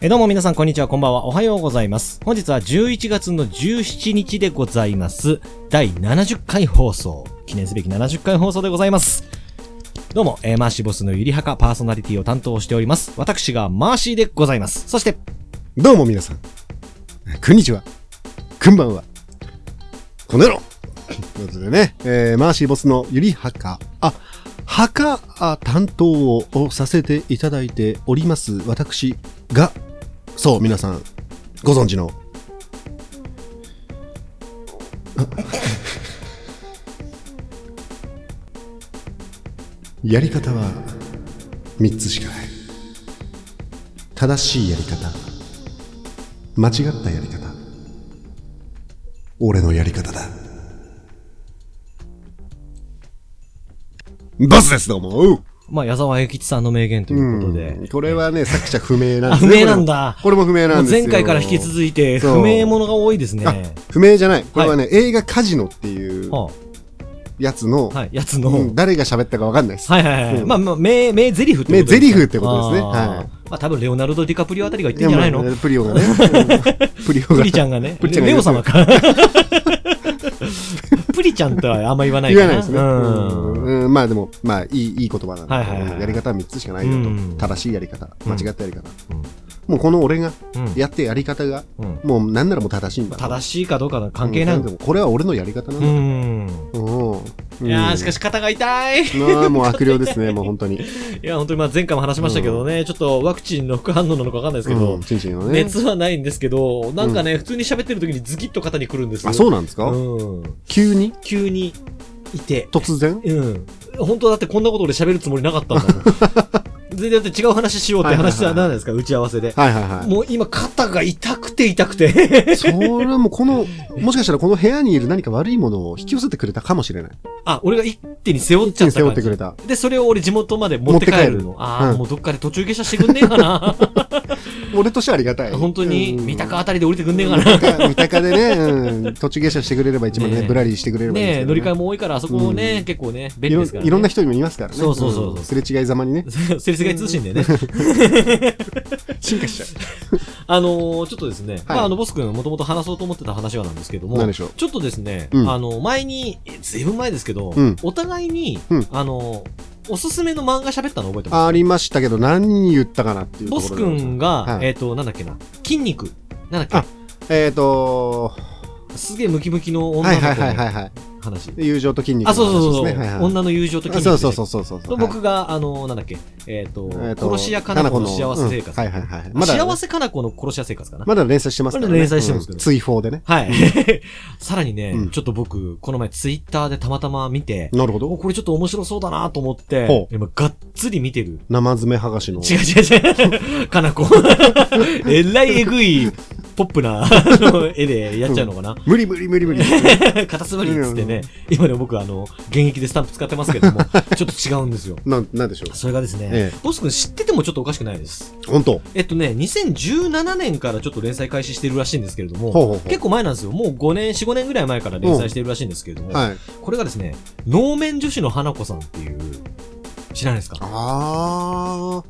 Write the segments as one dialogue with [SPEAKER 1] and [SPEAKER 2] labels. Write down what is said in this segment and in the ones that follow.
[SPEAKER 1] えどうも皆さん、こんにちは、こんばんは、おはようございます。本日は11月の17日でございます。第70回放送。記念すべき70回放送でございます。どうも、えーマーシーボスのゆりはかパーソナリティを担当しております。私がマーシーでございます。そして、
[SPEAKER 2] どうも皆さん。こんにちは。こんばんは。この野郎ということでね、えーマーシーボスのゆりはか、あ、はかあ担当をさせていただいております私が、そう皆さん、ご存知の。やり方は3つしかない。正しいやり方。間違ったやり方俺のやり方だボスですどうもう
[SPEAKER 1] まあ、矢沢永吉さんの名言ということで。
[SPEAKER 2] これはね作者不明なん
[SPEAKER 1] あ、
[SPEAKER 2] です
[SPEAKER 1] 不
[SPEAKER 2] ね
[SPEAKER 1] 明なんだ。
[SPEAKER 2] これもこれも不明なんですよ
[SPEAKER 1] もう前回から引き続いて、
[SPEAKER 2] そう
[SPEAKER 1] 不明ものが多い ですね。
[SPEAKER 2] あ不明じゃないこれはね、映画カジノっていう
[SPEAKER 1] は
[SPEAKER 2] やつの、
[SPEAKER 1] あ、はい、やつの。
[SPEAKER 2] うん誰が喋ったかわかんないです、
[SPEAKER 1] はいはいはい。
[SPEAKER 2] うん
[SPEAKER 1] まあ、まあ、名、名台詞ってことです
[SPEAKER 2] 名台詞ってことですね
[SPEAKER 1] あー
[SPEAKER 2] はい
[SPEAKER 1] まあ、多分、レオナルド・ディカプリオあたりが言ってんじゃないの
[SPEAKER 2] やまあプリオがね、うんプリオが
[SPEAKER 1] プリちゃんがね。
[SPEAKER 2] プリちゃんが
[SPEAKER 1] レオ様か。 プリちゃんとはあんま言わない
[SPEAKER 2] 言
[SPEAKER 1] か
[SPEAKER 2] わ
[SPEAKER 1] な。
[SPEAKER 2] ないですね、
[SPEAKER 1] うん
[SPEAKER 2] うんうんまあでもまあいいいい言葉なんで、
[SPEAKER 1] はいはいはい
[SPEAKER 2] やり方は3つしかないよと、
[SPEAKER 1] うん
[SPEAKER 2] 正しいやり方
[SPEAKER 1] うん
[SPEAKER 2] 間違ったやり方、
[SPEAKER 1] うん
[SPEAKER 2] もうこの俺が
[SPEAKER 1] うん
[SPEAKER 2] やってやり方が
[SPEAKER 1] うん
[SPEAKER 2] もうなんならもう正しいんだ
[SPEAKER 1] 正しいかどうかの関係ない
[SPEAKER 2] うんでもこれは俺のやり方な
[SPEAKER 1] うん
[SPEAKER 2] だ、
[SPEAKER 1] ん。
[SPEAKER 2] うんうん、
[SPEAKER 1] いやー、しかし肩が痛い。い
[SPEAKER 2] まあもう悪霊ですねもう 本当に
[SPEAKER 1] や、本当にまあ前回も話しましたけどね、ちょっとワクチンの副反応なのかわかんないですけ
[SPEAKER 2] う
[SPEAKER 1] ど
[SPEAKER 2] ん、チンチンのね
[SPEAKER 1] 熱はないんですけど、なんかね、普通に喋ってる時にズキッと肩に来るんですよ。
[SPEAKER 2] あそうなんですか、
[SPEAKER 1] うん。
[SPEAKER 2] 急に
[SPEAKER 1] 急にいて。
[SPEAKER 2] 突然
[SPEAKER 1] うん。本当だってこんなこと俺喋るつもりなかったんだもん。 全然だって違う話しようって話じゃないですか、打ち合わせで。
[SPEAKER 2] はいはいはい
[SPEAKER 1] もう今肩が痛くて痛くて。
[SPEAKER 2] それはもうこのもしかしたらこの部屋にいる何か悪いものを引き寄せてくれたかもしれない
[SPEAKER 1] あ、俺が一手に背負っちゃ
[SPEAKER 2] 一
[SPEAKER 1] っ
[SPEAKER 2] 気に背
[SPEAKER 1] た
[SPEAKER 2] 負
[SPEAKER 1] 感
[SPEAKER 2] って
[SPEAKER 1] じ
[SPEAKER 2] く。れた
[SPEAKER 1] で、それを俺地元まで持って帰る
[SPEAKER 2] 持
[SPEAKER 1] の。ああ、
[SPEAKER 2] うん
[SPEAKER 1] もうどっかで途中下車してくんねえか な。
[SPEAKER 2] 俺としてはありがたい
[SPEAKER 1] 本当に、
[SPEAKER 2] うん
[SPEAKER 1] 三鷹あたりで降りてくんねえかな。
[SPEAKER 2] 三鷹三鷹でね、うん、途中下車してくれれば一番ね
[SPEAKER 1] ねえ
[SPEAKER 2] ぶらりしてくれればいいんで
[SPEAKER 1] ねえ、
[SPEAKER 2] すけど
[SPEAKER 1] 乗り換えも多いから、あそこもね、
[SPEAKER 2] う
[SPEAKER 1] 結構ね、
[SPEAKER 2] い
[SPEAKER 1] 便利
[SPEAKER 2] ろ
[SPEAKER 1] ですから、ね。
[SPEAKER 2] いろんな人もいますからね
[SPEAKER 1] そうそうそうそうん
[SPEAKER 2] すれ違いざ まにね
[SPEAKER 1] すれ違い通信で ね。
[SPEAKER 2] 進化しちゃ
[SPEAKER 1] あのーちょっとですね、まあ、
[SPEAKER 2] はい
[SPEAKER 1] あの、ボス君、もともと話そうと思ってた話はなんですけど
[SPEAKER 2] う
[SPEAKER 1] も
[SPEAKER 2] 何、でしょう
[SPEAKER 1] ちょっとですね、
[SPEAKER 2] うん
[SPEAKER 1] あの、前に、えずいぶん前ですけど、
[SPEAKER 2] うん
[SPEAKER 1] お互いに、
[SPEAKER 2] うん
[SPEAKER 1] あの、おすすめの漫画喋ったの覚えてます
[SPEAKER 2] ありましたけど何言ったかなっていうと
[SPEAKER 1] ボ
[SPEAKER 2] ころ
[SPEAKER 1] ス
[SPEAKER 2] で
[SPEAKER 1] 君が、
[SPEAKER 2] はい
[SPEAKER 1] えっ、と、なんだっけな、筋肉。なんだっ
[SPEAKER 2] えっ、ー、と
[SPEAKER 1] け、すげえムキムキの
[SPEAKER 2] は
[SPEAKER 1] 女
[SPEAKER 2] い
[SPEAKER 1] の子
[SPEAKER 2] はい
[SPEAKER 1] の
[SPEAKER 2] はい
[SPEAKER 1] 話。
[SPEAKER 2] はいはい友情と筋肉の
[SPEAKER 1] あ、そうそうそう
[SPEAKER 2] 話
[SPEAKER 1] そう、
[SPEAKER 2] ですねはいはい
[SPEAKER 1] 女の友情と筋肉でした
[SPEAKER 2] そ
[SPEAKER 1] っ
[SPEAKER 2] う
[SPEAKER 1] け。
[SPEAKER 2] そうそうそうそうそう
[SPEAKER 1] と僕が、あの、なんだっけ、えっ、と、
[SPEAKER 2] はいえーと
[SPEAKER 1] 殺し屋かな子の幸せ生活。
[SPEAKER 2] うんはいはいはいまだ
[SPEAKER 1] 幸せかな子の殺し屋生活かな。
[SPEAKER 2] まだ連載してますからね
[SPEAKER 1] まだ連載してますけど
[SPEAKER 2] うん追放でね
[SPEAKER 1] はい。 さらにね、
[SPEAKER 2] うん
[SPEAKER 1] ちょっと僕、この前ツイッターでたまたま見て、
[SPEAKER 2] なるほ
[SPEAKER 1] お
[SPEAKER 2] ど
[SPEAKER 1] これちょっと面白そうだなと思って
[SPEAKER 2] ほ、
[SPEAKER 1] 今、がっつり見てる。
[SPEAKER 2] 生爪剥がしの
[SPEAKER 1] 違う違う違う。 かなこ。えらいえぐい、ポップな、あの絵でやっちゃうのかな。
[SPEAKER 2] 無理無理無理無理
[SPEAKER 1] 片すばりっつってね、今ね、僕、あの、現役でスタンプ使ってますけども、ちょっと違うんですよ。
[SPEAKER 2] なんなんでしょう
[SPEAKER 1] それがですね、
[SPEAKER 2] え
[SPEAKER 1] ボス君知っててもちょっとおかしくないです。
[SPEAKER 2] 本当
[SPEAKER 1] えっとね、2017年からちょっと連載開始してるらしいんですけれども、
[SPEAKER 2] ほうほうほう
[SPEAKER 1] 結構前なんですよ。もう5年、4、5年ぐらい前から連載してるらしいんですけれども、
[SPEAKER 2] はい
[SPEAKER 1] これがですね、能面女子の花子さんっていう、知らないですか
[SPEAKER 2] あ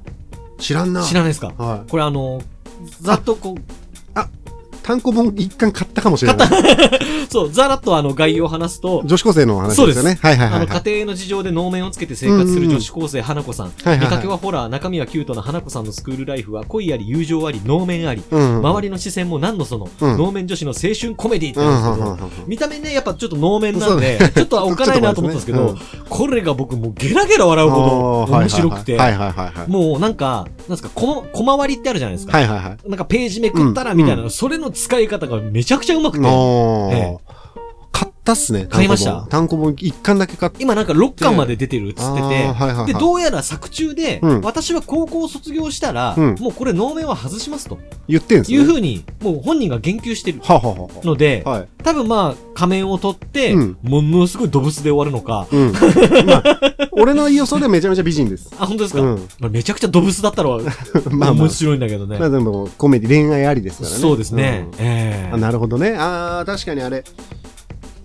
[SPEAKER 2] ー知らんな
[SPEAKER 1] 知らないですか
[SPEAKER 2] は
[SPEAKER 1] これあの、ざっとこう、
[SPEAKER 2] い、単行本一巻買ったかもしれない
[SPEAKER 1] そう、ざらっとあの概要を話すと、
[SPEAKER 2] 女子高生の話ですよねはいはい
[SPEAKER 1] あ
[SPEAKER 2] はい
[SPEAKER 1] の、
[SPEAKER 2] はい
[SPEAKER 1] 家庭の事情で能面をつけて生活する女子高生花子さん。
[SPEAKER 2] はい
[SPEAKER 1] 見
[SPEAKER 2] はい
[SPEAKER 1] かけ
[SPEAKER 2] はい
[SPEAKER 1] はホラー、中身はキュートな花子さんのスクールライフは恋あり、友情あり、能面あり、
[SPEAKER 2] うんうん
[SPEAKER 1] 周りの視線も何のその、
[SPEAKER 2] うん
[SPEAKER 1] 能面女子の青春コメディって
[SPEAKER 2] うんう
[SPEAKER 1] なんです
[SPEAKER 2] んう
[SPEAKER 1] け
[SPEAKER 2] んう
[SPEAKER 1] ど、
[SPEAKER 2] ん
[SPEAKER 1] 見た目ね、やっぱちょっと能面なんで、ちょっとおっかないなと思ったんですけど、
[SPEAKER 2] ちょっと
[SPEAKER 1] これが僕もうゲラゲラ笑うほど面白くて、
[SPEAKER 2] はいはいはいはい
[SPEAKER 1] もうなんか、なんですか、こま小回りってあるじゃないですか。
[SPEAKER 2] はいはいはい
[SPEAKER 1] なんかページめくったらみたいな、
[SPEAKER 2] う
[SPEAKER 1] それの使い方がめちゃくちゃうまくて、
[SPEAKER 2] おー
[SPEAKER 1] え
[SPEAKER 2] 買っったっすね。
[SPEAKER 1] 買いました
[SPEAKER 2] 単行本単行本一巻だけ買って。
[SPEAKER 1] 今なんか6巻まで出てるっつってて、
[SPEAKER 2] あーはいはいはい、
[SPEAKER 1] で、どうやら作中で、
[SPEAKER 2] うん
[SPEAKER 1] 私は高校を卒業したら、
[SPEAKER 2] うん
[SPEAKER 1] もうこれ能面は外しますと
[SPEAKER 2] 言ってんす
[SPEAKER 1] い
[SPEAKER 2] ね
[SPEAKER 1] うふうに、もう本人が言及してる
[SPEAKER 2] はあはあは
[SPEAKER 1] ので、
[SPEAKER 2] あ。はい。
[SPEAKER 1] 多分まあ仮面を取って、
[SPEAKER 2] うん
[SPEAKER 1] ものすごいドブスで終わるのか、
[SPEAKER 2] うん。 まあ、俺の予想ではめちゃめちゃ美人です。
[SPEAKER 1] あ、本当ですか、
[SPEAKER 2] うん。
[SPEAKER 1] まあめちゃくちゃドブスだったら、
[SPEAKER 2] まあまあ
[SPEAKER 1] 面、白いんだけどね。
[SPEAKER 2] まあでもコメディ恋愛ありですからね。
[SPEAKER 1] そうですね。
[SPEAKER 2] うん
[SPEAKER 1] ええ
[SPEAKER 2] あなるほどね。ああ、確かにあれ。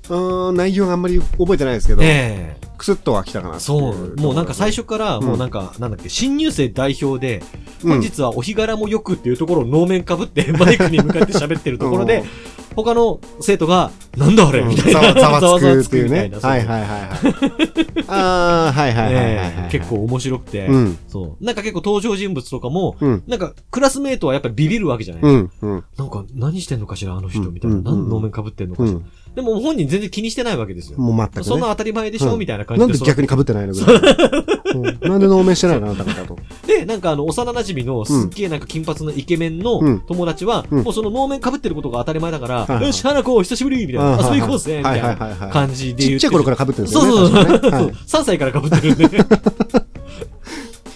[SPEAKER 2] うーん、内容があんまり覚えてないですけど、
[SPEAKER 1] ええ
[SPEAKER 2] クスッとは来たかなってい
[SPEAKER 1] そう。もうなんか最初から、
[SPEAKER 2] うん
[SPEAKER 1] もうなんか、なんだっけ、新入生代表で、
[SPEAKER 2] うん
[SPEAKER 1] 本日はお日柄もよくっていうところを能面かぶって、 マイクに向かって喋ってるところで、他の生徒が、なんだあれ
[SPEAKER 2] うん
[SPEAKER 1] みたい
[SPEAKER 2] ざ
[SPEAKER 1] な。
[SPEAKER 2] わざわつくっていう
[SPEAKER 1] みたい
[SPEAKER 2] ね。
[SPEAKER 1] な。そう
[SPEAKER 2] はいはい はいはい。ああ、はいはいはいはいは
[SPEAKER 1] ね
[SPEAKER 2] い。
[SPEAKER 1] 結構。面白くて、
[SPEAKER 2] うん。
[SPEAKER 1] そう。なんか結構登場人物とかも、
[SPEAKER 2] うん。
[SPEAKER 1] なんかクラスメイトはやっぱりビビるわけじゃない、
[SPEAKER 2] うん。うん。
[SPEAKER 1] なんか何してんのかしらあの人
[SPEAKER 2] うん
[SPEAKER 1] みたいな。
[SPEAKER 2] うん
[SPEAKER 1] 何能面かぶってんの
[SPEAKER 2] う
[SPEAKER 1] かしら、
[SPEAKER 2] ん。
[SPEAKER 1] でも本人全然気にしてないわけですよ。
[SPEAKER 2] もう全
[SPEAKER 1] そ
[SPEAKER 2] く
[SPEAKER 1] んな
[SPEAKER 2] ね。
[SPEAKER 1] 当たり前でしょ、
[SPEAKER 2] うん
[SPEAKER 1] みたいな感じ
[SPEAKER 2] なん
[SPEAKER 1] で。
[SPEAKER 2] で
[SPEAKER 1] その
[SPEAKER 2] 逆に被ってないのぐらい。うんなんで能面してないのあなた 方と。
[SPEAKER 1] で、なんかあの、幼馴染のすっげえなんか金髪のイケメンの
[SPEAKER 2] うん
[SPEAKER 1] 友達は、
[SPEAKER 2] うん
[SPEAKER 1] もうその能面被ってることが当たり前だから、
[SPEAKER 2] はいはい
[SPEAKER 1] よし、花子、久しぶりみたい
[SPEAKER 2] あー
[SPEAKER 1] な、遊
[SPEAKER 2] はい
[SPEAKER 1] び行
[SPEAKER 2] はい
[SPEAKER 1] こうぜみた
[SPEAKER 2] はいいはい
[SPEAKER 1] な
[SPEAKER 2] はいはい。
[SPEAKER 1] 感じで言
[SPEAKER 2] ちっ
[SPEAKER 1] って
[SPEAKER 2] ちゃい頃から被ってるんです
[SPEAKER 1] そ
[SPEAKER 2] よね。
[SPEAKER 1] うそうそう。
[SPEAKER 2] 確
[SPEAKER 1] そう
[SPEAKER 2] かねはい
[SPEAKER 1] 3歳から被ってるんで。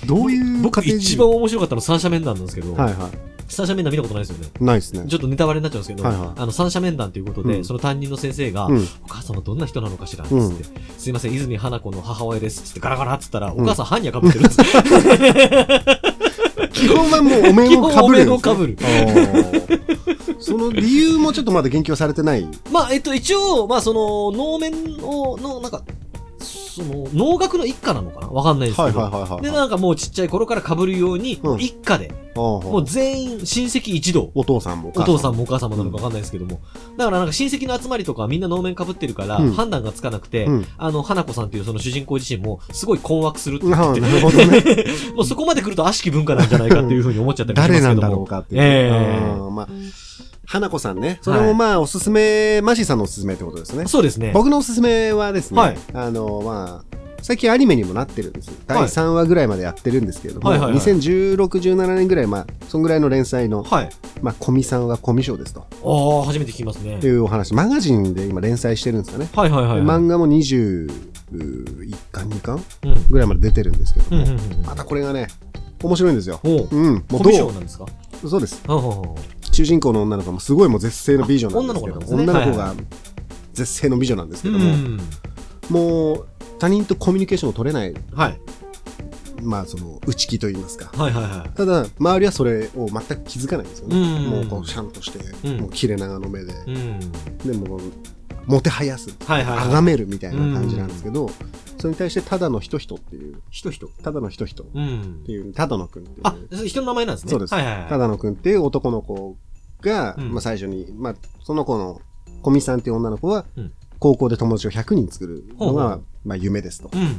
[SPEAKER 2] どういう
[SPEAKER 1] 僕
[SPEAKER 2] 家庭
[SPEAKER 1] 一番面白かったの三者面談なんですけど、
[SPEAKER 2] はいは
[SPEAKER 1] 三者面談見たことないですよね。
[SPEAKER 2] い。ないですね。
[SPEAKER 1] ちょっとネタバレになっちゃうんですけど、
[SPEAKER 2] はいはい
[SPEAKER 1] あの、三者面談ということで、
[SPEAKER 2] うん
[SPEAKER 1] その担任の先生が、
[SPEAKER 2] うん。
[SPEAKER 1] お母さんはどんな人なのかしらつって、
[SPEAKER 2] うん
[SPEAKER 1] すいません、泉花子の母親です。つってガラガラっつったら、
[SPEAKER 2] ん
[SPEAKER 1] お母さん般若被ってるんです。
[SPEAKER 2] 基本はもうお面を被るんですね。
[SPEAKER 1] 基本お面を被る
[SPEAKER 2] あーその理由もちょっとまだ言及はされてない。
[SPEAKER 1] まあ、えっと、一応、まあ、その、能面を、の、なんか、その、能楽の一家なのかなわかんないです
[SPEAKER 2] は
[SPEAKER 1] け
[SPEAKER 2] い
[SPEAKER 1] ど。
[SPEAKER 2] はいはいはい。
[SPEAKER 1] で、
[SPEAKER 2] あ
[SPEAKER 1] なんかもうちっちゃい頃から被るように、
[SPEAKER 2] うん
[SPEAKER 1] 一家で、
[SPEAKER 2] ー
[SPEAKER 1] も
[SPEAKER 2] は
[SPEAKER 1] う
[SPEAKER 2] ー
[SPEAKER 1] 全員親戚一同、
[SPEAKER 2] お父さんも
[SPEAKER 1] お父さ
[SPEAKER 2] も。
[SPEAKER 1] んもお母様なのかわかんないですけども、だからなんか親戚の集まりとかみんな能面被ってるから、
[SPEAKER 2] うん
[SPEAKER 1] 判断がつかなくて、
[SPEAKER 2] うん。
[SPEAKER 1] あの、花子さんっていうその主人公自身も、すごい困惑するって言
[SPEAKER 2] あ
[SPEAKER 1] っ
[SPEAKER 2] ー
[SPEAKER 1] て
[SPEAKER 2] なるほどね。
[SPEAKER 1] て、 もうそこまで来ると悪しき文化なんじゃないかっていうふうに思っちゃったりもしま
[SPEAKER 2] 誰
[SPEAKER 1] す
[SPEAKER 2] な
[SPEAKER 1] け
[SPEAKER 2] ん
[SPEAKER 1] ど
[SPEAKER 2] だろう
[SPEAKER 1] も。
[SPEAKER 2] かっていう。
[SPEAKER 1] ええ
[SPEAKER 2] うんまあ、花子さんね。それもまあ、おすすめ、マシさんのおすすめってことですね。
[SPEAKER 1] そうですね。
[SPEAKER 2] 僕のおすすめはですね、
[SPEAKER 1] はい
[SPEAKER 2] あの、まあ、最近アニメにもなってるんですよ。第3話ぐらいまでやってるんですけれども、
[SPEAKER 1] はいはいはい
[SPEAKER 2] 2016、17年ぐらい、まあ、そんぐらいの連載の、
[SPEAKER 1] はい。
[SPEAKER 2] まあ、コミさんはコミショですと。
[SPEAKER 1] ああ、初めて聞きますね
[SPEAKER 2] って。いうお話、マガジンで今連載してるんですかね。
[SPEAKER 1] はいはいはい。
[SPEAKER 2] で
[SPEAKER 1] うん。
[SPEAKER 2] 漫画も21巻、2巻
[SPEAKER 1] うん
[SPEAKER 2] ぐらいまで出てるんですけど
[SPEAKER 1] うん
[SPEAKER 2] も、
[SPEAKER 1] うん
[SPEAKER 2] またこれがね、面白いんですよ。
[SPEAKER 1] うん。おう。
[SPEAKER 2] うん、も
[SPEAKER 1] コ
[SPEAKER 2] う
[SPEAKER 1] ミュ障
[SPEAKER 2] ど
[SPEAKER 1] なんですか
[SPEAKER 2] う、そうです。
[SPEAKER 1] ほうほうほう
[SPEAKER 2] 主人公の女の子もすごいもう絶世の美女なんですけど、
[SPEAKER 1] あ女の子なんですね
[SPEAKER 2] 女の子
[SPEAKER 1] は
[SPEAKER 2] が絶世の美女なんですけ
[SPEAKER 1] う
[SPEAKER 2] ども、
[SPEAKER 1] ん。
[SPEAKER 2] もう他人とコミュニケーションを取れない、
[SPEAKER 1] はい。
[SPEAKER 2] まあその内気といいますか。
[SPEAKER 1] はいはいは
[SPEAKER 2] ただ、周りはそれを全く気づかないんですよね。
[SPEAKER 1] うん
[SPEAKER 2] もうこう、シャンとして、
[SPEAKER 1] うん
[SPEAKER 2] もう切れ長の目で、
[SPEAKER 1] い。うん。
[SPEAKER 2] でも、もてはやす、
[SPEAKER 1] はいはい
[SPEAKER 2] あ
[SPEAKER 1] は
[SPEAKER 2] が
[SPEAKER 1] い。
[SPEAKER 2] めるみたいな感じなんですけど、それに対して、ただの人人っていう、
[SPEAKER 1] 人人。
[SPEAKER 2] ただの人人っ
[SPEAKER 1] うん
[SPEAKER 2] て。いう、ただのくんっていう。
[SPEAKER 1] あ、人の名前なんですね。
[SPEAKER 2] そうです
[SPEAKER 1] はいはいはい。
[SPEAKER 2] ただのくんっていう男の子が、
[SPEAKER 1] うん
[SPEAKER 2] まあ、最初に、まあ、その子の古見さんっていう女の子は、
[SPEAKER 1] うん
[SPEAKER 2] 高校で友達を100人作るの
[SPEAKER 1] ほうほ
[SPEAKER 2] が、まあ、夢ですと。
[SPEAKER 1] うん。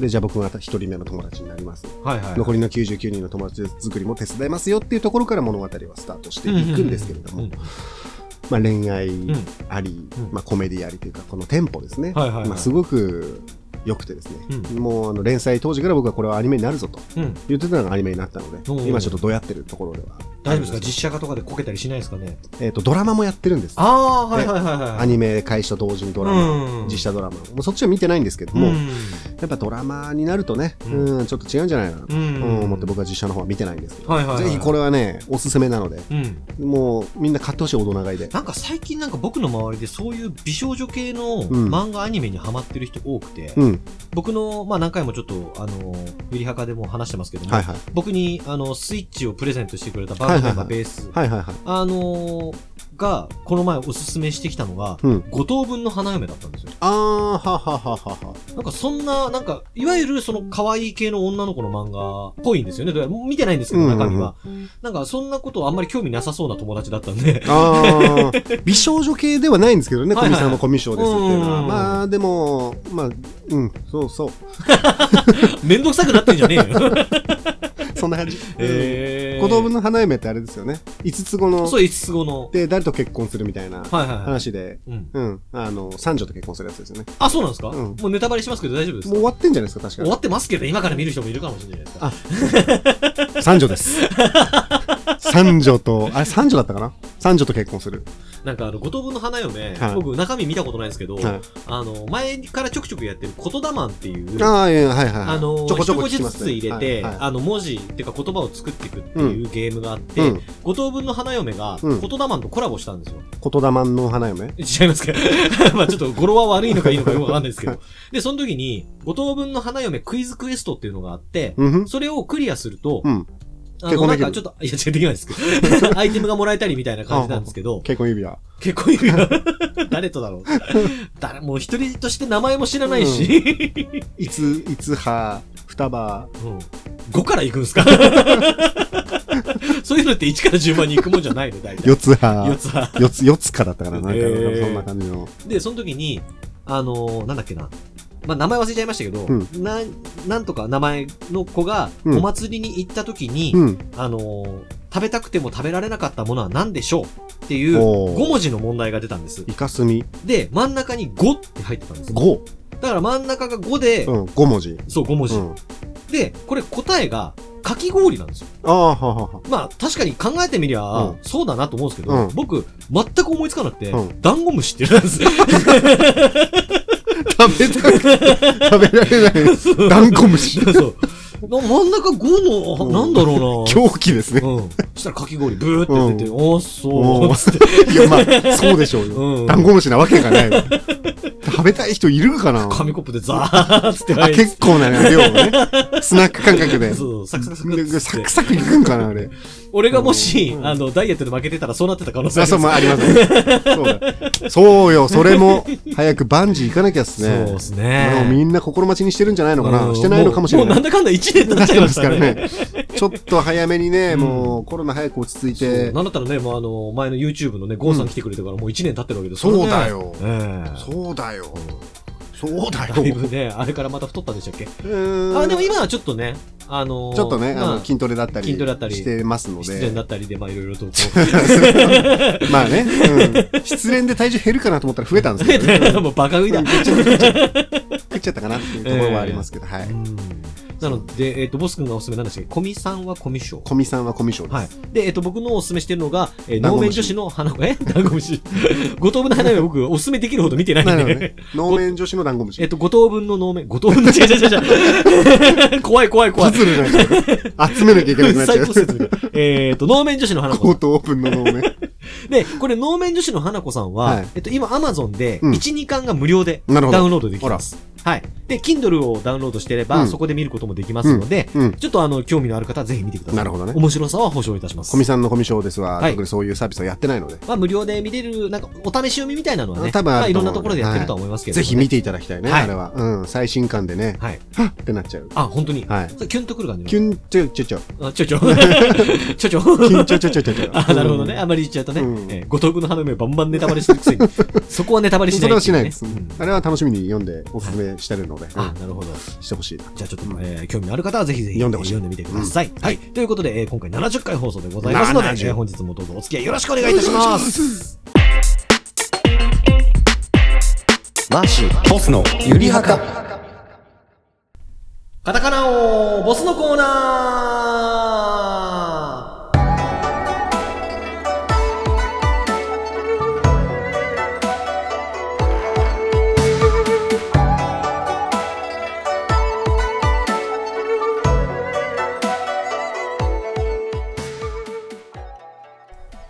[SPEAKER 2] で、じゃあ僕が1人目の友達になります。
[SPEAKER 1] はいはい。
[SPEAKER 2] 残りの99人の友達作りも手伝いますよっていうところから物語はスタートしていくんですけれど
[SPEAKER 1] う
[SPEAKER 2] も
[SPEAKER 1] ん、
[SPEAKER 2] まあ、恋愛
[SPEAKER 1] ん
[SPEAKER 2] あり、
[SPEAKER 1] うん
[SPEAKER 2] まあ、コメディありというかこのテンポですね、
[SPEAKER 1] はいはいはい
[SPEAKER 2] まあ、すごく良くてですね、
[SPEAKER 1] う
[SPEAKER 2] もうあの連載当時から僕はこれはアニメになるぞと
[SPEAKER 1] うん。うん。
[SPEAKER 2] 言ってたのがアニメになったので、
[SPEAKER 1] おー
[SPEAKER 2] 今ちょっとどやってるところでは
[SPEAKER 1] 大丈夫ですか実写化とかでこけたりしないですかね
[SPEAKER 2] えー、とドラマもやってるんです
[SPEAKER 1] ああー、はいはいはいはい。
[SPEAKER 2] アニメ開始と同時にドラマ、
[SPEAKER 1] うん
[SPEAKER 2] 実写ドラマもうそっちは見てないんですけど
[SPEAKER 1] う
[SPEAKER 2] も、や
[SPEAKER 1] ん
[SPEAKER 2] っぱドラマになるとね、
[SPEAKER 1] う
[SPEAKER 2] うんんちょっと違うんじゃないかなと
[SPEAKER 1] うん
[SPEAKER 2] 思って僕は実写の方は見てないんですけど、
[SPEAKER 1] はいはいはい
[SPEAKER 2] ぜひこれはねおすすめなので
[SPEAKER 1] うん。
[SPEAKER 2] もうみんな買ってほしい大人買いで。
[SPEAKER 1] なんか最近なんか僕の周りでそういう美少女系の
[SPEAKER 2] ん
[SPEAKER 1] 漫画アニメにハマってる人多くて、
[SPEAKER 2] うん。
[SPEAKER 1] 僕の、まあ何回もちょっと、あの、ゆりはかでも話してますけども、
[SPEAKER 2] はいはい。
[SPEAKER 1] 僕に、あの、スイッチをプレゼントしてくれたバンドメンバー
[SPEAKER 2] はいはいはい
[SPEAKER 1] ベース、
[SPEAKER 2] はいはいはい。
[SPEAKER 1] あのーが、この前おすすめしてきたのが、
[SPEAKER 2] うん。
[SPEAKER 1] 五等分の花嫁だったんですよ。
[SPEAKER 2] ああ、ははははは。
[SPEAKER 1] なんかそんな、なんか、いわゆるその可愛い系の女の子の漫画っぽいんですよね。どうやらもう見てないんですけど、
[SPEAKER 2] うんうんうん
[SPEAKER 1] 中身は。なんかそんなことあんまり興味なさそうな友達だったんで、
[SPEAKER 2] ああ、美少女系ではないんですけどね、
[SPEAKER 1] はい
[SPEAKER 2] 小
[SPEAKER 1] はい
[SPEAKER 2] 見さんはコミュ障ですってい
[SPEAKER 1] う
[SPEAKER 2] うの
[SPEAKER 1] んうんう
[SPEAKER 2] は。
[SPEAKER 1] ん
[SPEAKER 2] まあ、でも、まあ、うん、そう そう。
[SPEAKER 1] めんどくさくなってんじゃねえ よ。
[SPEAKER 2] そんな感じ。
[SPEAKER 1] え
[SPEAKER 2] 子供の花嫁ってあれですよね。五つ子の
[SPEAKER 1] そ、う、5つ子の。
[SPEAKER 2] で、誰と結婚するみたいな
[SPEAKER 1] はいはいはい。
[SPEAKER 2] 話で、
[SPEAKER 1] うん、
[SPEAKER 2] うん、あの、三女と結婚するやつですよね。
[SPEAKER 1] あ、そうなんですか、
[SPEAKER 2] う
[SPEAKER 1] も
[SPEAKER 2] ん
[SPEAKER 1] うネタバレしますけど大丈夫です
[SPEAKER 2] もう
[SPEAKER 1] か
[SPEAKER 2] 終わってんじゃないですか、確
[SPEAKER 1] 終わ
[SPEAKER 2] か
[SPEAKER 1] ってますけど、今から見る人もいるかもしれないじゃないですか。
[SPEAKER 2] 三女です。 三女と、あれ三女だったかな三女と結婚する。
[SPEAKER 1] なんかあの、五等分の花嫁、
[SPEAKER 2] はい
[SPEAKER 1] 僕中身見たことないんですけど、
[SPEAKER 2] はい
[SPEAKER 1] あの、前からちょくちょくやってる言霊マンっていう、
[SPEAKER 2] ああ、いやはいはいは
[SPEAKER 1] あ
[SPEAKER 2] い。
[SPEAKER 1] の、
[SPEAKER 2] ちょこちょこ
[SPEAKER 1] 一
[SPEAKER 2] 聞き
[SPEAKER 1] 個
[SPEAKER 2] ま
[SPEAKER 1] ず
[SPEAKER 2] すね
[SPEAKER 1] つ入れて、
[SPEAKER 2] はいは
[SPEAKER 1] あの、文字っていうか言葉を作っていくっていうゲームがあっ
[SPEAKER 2] い
[SPEAKER 1] て、
[SPEAKER 2] うん。
[SPEAKER 1] 五等分の花嫁が
[SPEAKER 2] うん
[SPEAKER 1] 言霊マンとコラボしたんですよ。
[SPEAKER 2] 言霊の花嫁
[SPEAKER 1] 違いますか まあちょっと語呂は悪いのかいいのかよくわかんないですけど。で、その時に、五等分の花嫁クイズクエストっていうのがあって、
[SPEAKER 2] うんふん。
[SPEAKER 1] それをクリアすると、
[SPEAKER 2] うん
[SPEAKER 1] あ
[SPEAKER 2] 結
[SPEAKER 1] の、
[SPEAKER 2] 婚
[SPEAKER 1] な
[SPEAKER 2] で
[SPEAKER 1] ん
[SPEAKER 2] きる
[SPEAKER 1] かちょっと、いや、違う、できないです けど、アイテムがもらえたりみたいな感じなんですけど、
[SPEAKER 2] 結婚指輪。
[SPEAKER 1] 結婚指輪 誰とだろう誰もう一人として名前も知らないし、
[SPEAKER 2] いつ、いつ葉、双葉。
[SPEAKER 1] うん、5から行くんですか そういうのって1から10万に行くもんじゃないの大体。
[SPEAKER 2] 四つ葉
[SPEAKER 1] 四。つ葉
[SPEAKER 2] 四つ、四つかだったからな。なんか、
[SPEAKER 1] へー
[SPEAKER 2] そんな感じの。
[SPEAKER 1] で、その時に、あのーなんだっけな。まあ、名前忘れちゃいましたけど、
[SPEAKER 2] う
[SPEAKER 1] な、なんとか名前の子が、
[SPEAKER 2] うん
[SPEAKER 1] お祭りに行った時に、
[SPEAKER 2] うん。
[SPEAKER 1] あのー食べたくても食べられなかったものは何でしょうっていう、
[SPEAKER 2] おー
[SPEAKER 1] 5文字の問題が出たんです。
[SPEAKER 2] イカスミ。
[SPEAKER 1] で、真ん中に5って入ってたんです。
[SPEAKER 2] 五。
[SPEAKER 1] だから真ん中が5で、
[SPEAKER 2] うん、五文字。
[SPEAKER 1] そう、5文字。
[SPEAKER 2] うん。
[SPEAKER 1] で、これ答えが、かき氷なんですよ。
[SPEAKER 2] ああ、ははは。
[SPEAKER 1] まあ、確かに考えてみりゃ、
[SPEAKER 2] うん
[SPEAKER 1] そうだなと思うんですけど、
[SPEAKER 2] うん
[SPEAKER 1] 僕、全く思いつかなくて、
[SPEAKER 2] うん
[SPEAKER 1] ダンゴムシって言うんですよ。
[SPEAKER 2] 食べたくて食べられない。ダンゴムシ。
[SPEAKER 1] そう。な真ん中5の、
[SPEAKER 2] うん
[SPEAKER 1] なんだ ろうな。
[SPEAKER 2] 狂気ですね。
[SPEAKER 1] うん。そしたらかき氷、ブーって出て、
[SPEAKER 2] う
[SPEAKER 1] おー、そう。 つって。
[SPEAKER 2] いや、まあ、そうでしょうよ。
[SPEAKER 1] うん。
[SPEAKER 2] ダンゴムシなわけがない。食べたい人いるかな
[SPEAKER 1] 紙コップでザーッつって
[SPEAKER 2] あ、
[SPEAKER 1] 入って。
[SPEAKER 2] 結構な量をね。スナック感覚で。
[SPEAKER 1] そう、サクサクサクっ
[SPEAKER 2] で
[SPEAKER 1] つ
[SPEAKER 2] サ
[SPEAKER 1] って
[SPEAKER 2] ク。サクいくんかな、あれ。
[SPEAKER 1] 俺がもし、
[SPEAKER 2] うん
[SPEAKER 1] あの、ダイエットで負けてたらそうなってた可能性
[SPEAKER 2] あ、
[SPEAKER 1] あり
[SPEAKER 2] そう、
[SPEAKER 1] ます
[SPEAKER 2] まあ、あ りますね。そうだ。そうよ、それも、早くバンジー行かなきゃっす
[SPEAKER 1] そう
[SPEAKER 2] ね
[SPEAKER 1] で。す
[SPEAKER 2] もうみ
[SPEAKER 1] ね。
[SPEAKER 2] んな心待ちにしてるんじゃないのか
[SPEAKER 1] う
[SPEAKER 2] な。
[SPEAKER 1] ん
[SPEAKER 2] してないのかもしれ
[SPEAKER 1] もう
[SPEAKER 2] な
[SPEAKER 1] ないん。だかんだ1年経っちゃいま
[SPEAKER 2] で
[SPEAKER 1] し
[SPEAKER 2] す
[SPEAKER 1] た
[SPEAKER 2] から
[SPEAKER 1] ね。
[SPEAKER 2] ね。ちょっと早めにね、
[SPEAKER 1] うん
[SPEAKER 2] もうコロナ早く落ち着い
[SPEAKER 1] そう
[SPEAKER 2] て。
[SPEAKER 1] なんだったらね、もうあの、前の YouTube のね、ゴーさん来てくれてからもう1年経ってるわけですからね
[SPEAKER 2] そうだ。よ。
[SPEAKER 1] ええ
[SPEAKER 2] そうだよ。そうだよ。
[SPEAKER 1] だいぶね、あれからまた太ったんでしたっけ
[SPEAKER 2] うーん
[SPEAKER 1] あ、でも今はちょっとね、あのー
[SPEAKER 2] ちょっとね、
[SPEAKER 1] ま
[SPEAKER 2] あの、筋トレだったり
[SPEAKER 1] 筋トレだったり
[SPEAKER 2] してますの
[SPEAKER 1] 失恋だ
[SPEAKER 2] で。
[SPEAKER 1] ったりで、まあいろいろとこ
[SPEAKER 2] まあね、 うん失恋で体重減るかなと思ったら増えたんですけどね。
[SPEAKER 1] う、もうバカ食 いだ。
[SPEAKER 2] 食っちゃった食っちゃったかなっていうところはありますけど、はい。
[SPEAKER 1] うんなので、えっ、と、ボス君がおすすめなんでしたっけコミさんはコミショ
[SPEAKER 2] コミさんはコミショ
[SPEAKER 1] は
[SPEAKER 2] で
[SPEAKER 1] い
[SPEAKER 2] す。。
[SPEAKER 1] で、えっ、と、僕のおすすめしてるのが、えー、
[SPEAKER 2] ダン
[SPEAKER 1] 能
[SPEAKER 2] ゴム
[SPEAKER 1] 面
[SPEAKER 2] シ
[SPEAKER 1] 女子の花子、えダンゴムシ。五等分の花嫁僕、おすすめできるほど見てないん
[SPEAKER 2] なるほ
[SPEAKER 1] で。
[SPEAKER 2] ど ね。能面女子のダンゴム
[SPEAKER 1] えっ
[SPEAKER 2] シ。
[SPEAKER 1] と、五等分の能面、五等分の、違う違う違う違 う。怖い怖い怖
[SPEAKER 2] パ
[SPEAKER 1] い。
[SPEAKER 2] ズルじゃないですか。集めなきゃいけなくなっち
[SPEAKER 1] 最
[SPEAKER 2] ゃう
[SPEAKER 1] 高。説明。えっと、能面女子の花
[SPEAKER 2] コ
[SPEAKER 1] 子
[SPEAKER 2] ー。トオープンの能面。
[SPEAKER 1] で、これ、能面女子の花子さんは、
[SPEAKER 2] はい
[SPEAKER 1] えっと、今、アマゾンで、
[SPEAKER 2] うん
[SPEAKER 1] 1、2巻が無料で、
[SPEAKER 2] なるほど
[SPEAKER 1] ダウンロードできます。はい。で、Kindle をダウンロードしてれば、
[SPEAKER 2] うん
[SPEAKER 1] そこで見ることもできますので、
[SPEAKER 2] うん。
[SPEAKER 1] ちょっとあの、興味のある方はぜひ見てください。
[SPEAKER 2] なるほどね
[SPEAKER 1] 面白さは保証いたします。
[SPEAKER 2] コミさんのコミショですは、
[SPEAKER 1] はい
[SPEAKER 2] 特にそういうサービスはやってないので、
[SPEAKER 1] まあ、無料で見れる、なんか、お試し読みみたいなのはね、
[SPEAKER 2] 多分
[SPEAKER 1] ま
[SPEAKER 2] あ
[SPEAKER 1] あ、い
[SPEAKER 2] る
[SPEAKER 1] ろ
[SPEAKER 2] と
[SPEAKER 1] ん
[SPEAKER 2] 思う
[SPEAKER 1] なところでやってるとは思いますけれど
[SPEAKER 2] ぜ
[SPEAKER 1] も、
[SPEAKER 2] ひ見ていただきたいね、
[SPEAKER 1] はい
[SPEAKER 2] あれは。うん。最新刊でね、
[SPEAKER 1] はい。
[SPEAKER 2] はっってなっちゃう。
[SPEAKER 1] あ、本当に。
[SPEAKER 2] はい。
[SPEAKER 1] それキュンとくる感じの
[SPEAKER 2] キュン、ちょちょちょ。
[SPEAKER 1] あちょちょ。 ちょちょ。
[SPEAKER 2] 緊張ちょちょちょちょ。
[SPEAKER 1] あ、なるほどね。あんまり言っちゃうとね、
[SPEAKER 2] うん
[SPEAKER 1] えー、五等分の花嫁バンバンネタバレするくせ に、そこはネタバ
[SPEAKER 2] う
[SPEAKER 1] レ
[SPEAKER 2] ん。
[SPEAKER 1] し
[SPEAKER 2] そ
[SPEAKER 1] ないってうね、
[SPEAKER 2] れはしないです。
[SPEAKER 1] うん
[SPEAKER 2] あれは楽しみに読んでおすすめしてるので、
[SPEAKER 1] あ、なるほど。
[SPEAKER 2] うんしてほしいな。
[SPEAKER 1] じゃあちょっと、えー興味のある方はぜひぜひ
[SPEAKER 2] 読んでほしい
[SPEAKER 1] えーみてください。はい。ということで、えー今回70回放送でございますので、え
[SPEAKER 2] 70
[SPEAKER 1] ー本日もどうぞお付き合いよろしくお願いいたします。
[SPEAKER 2] マーシー、ボスのゆりはか。
[SPEAKER 1] カタカナをボスのコーナー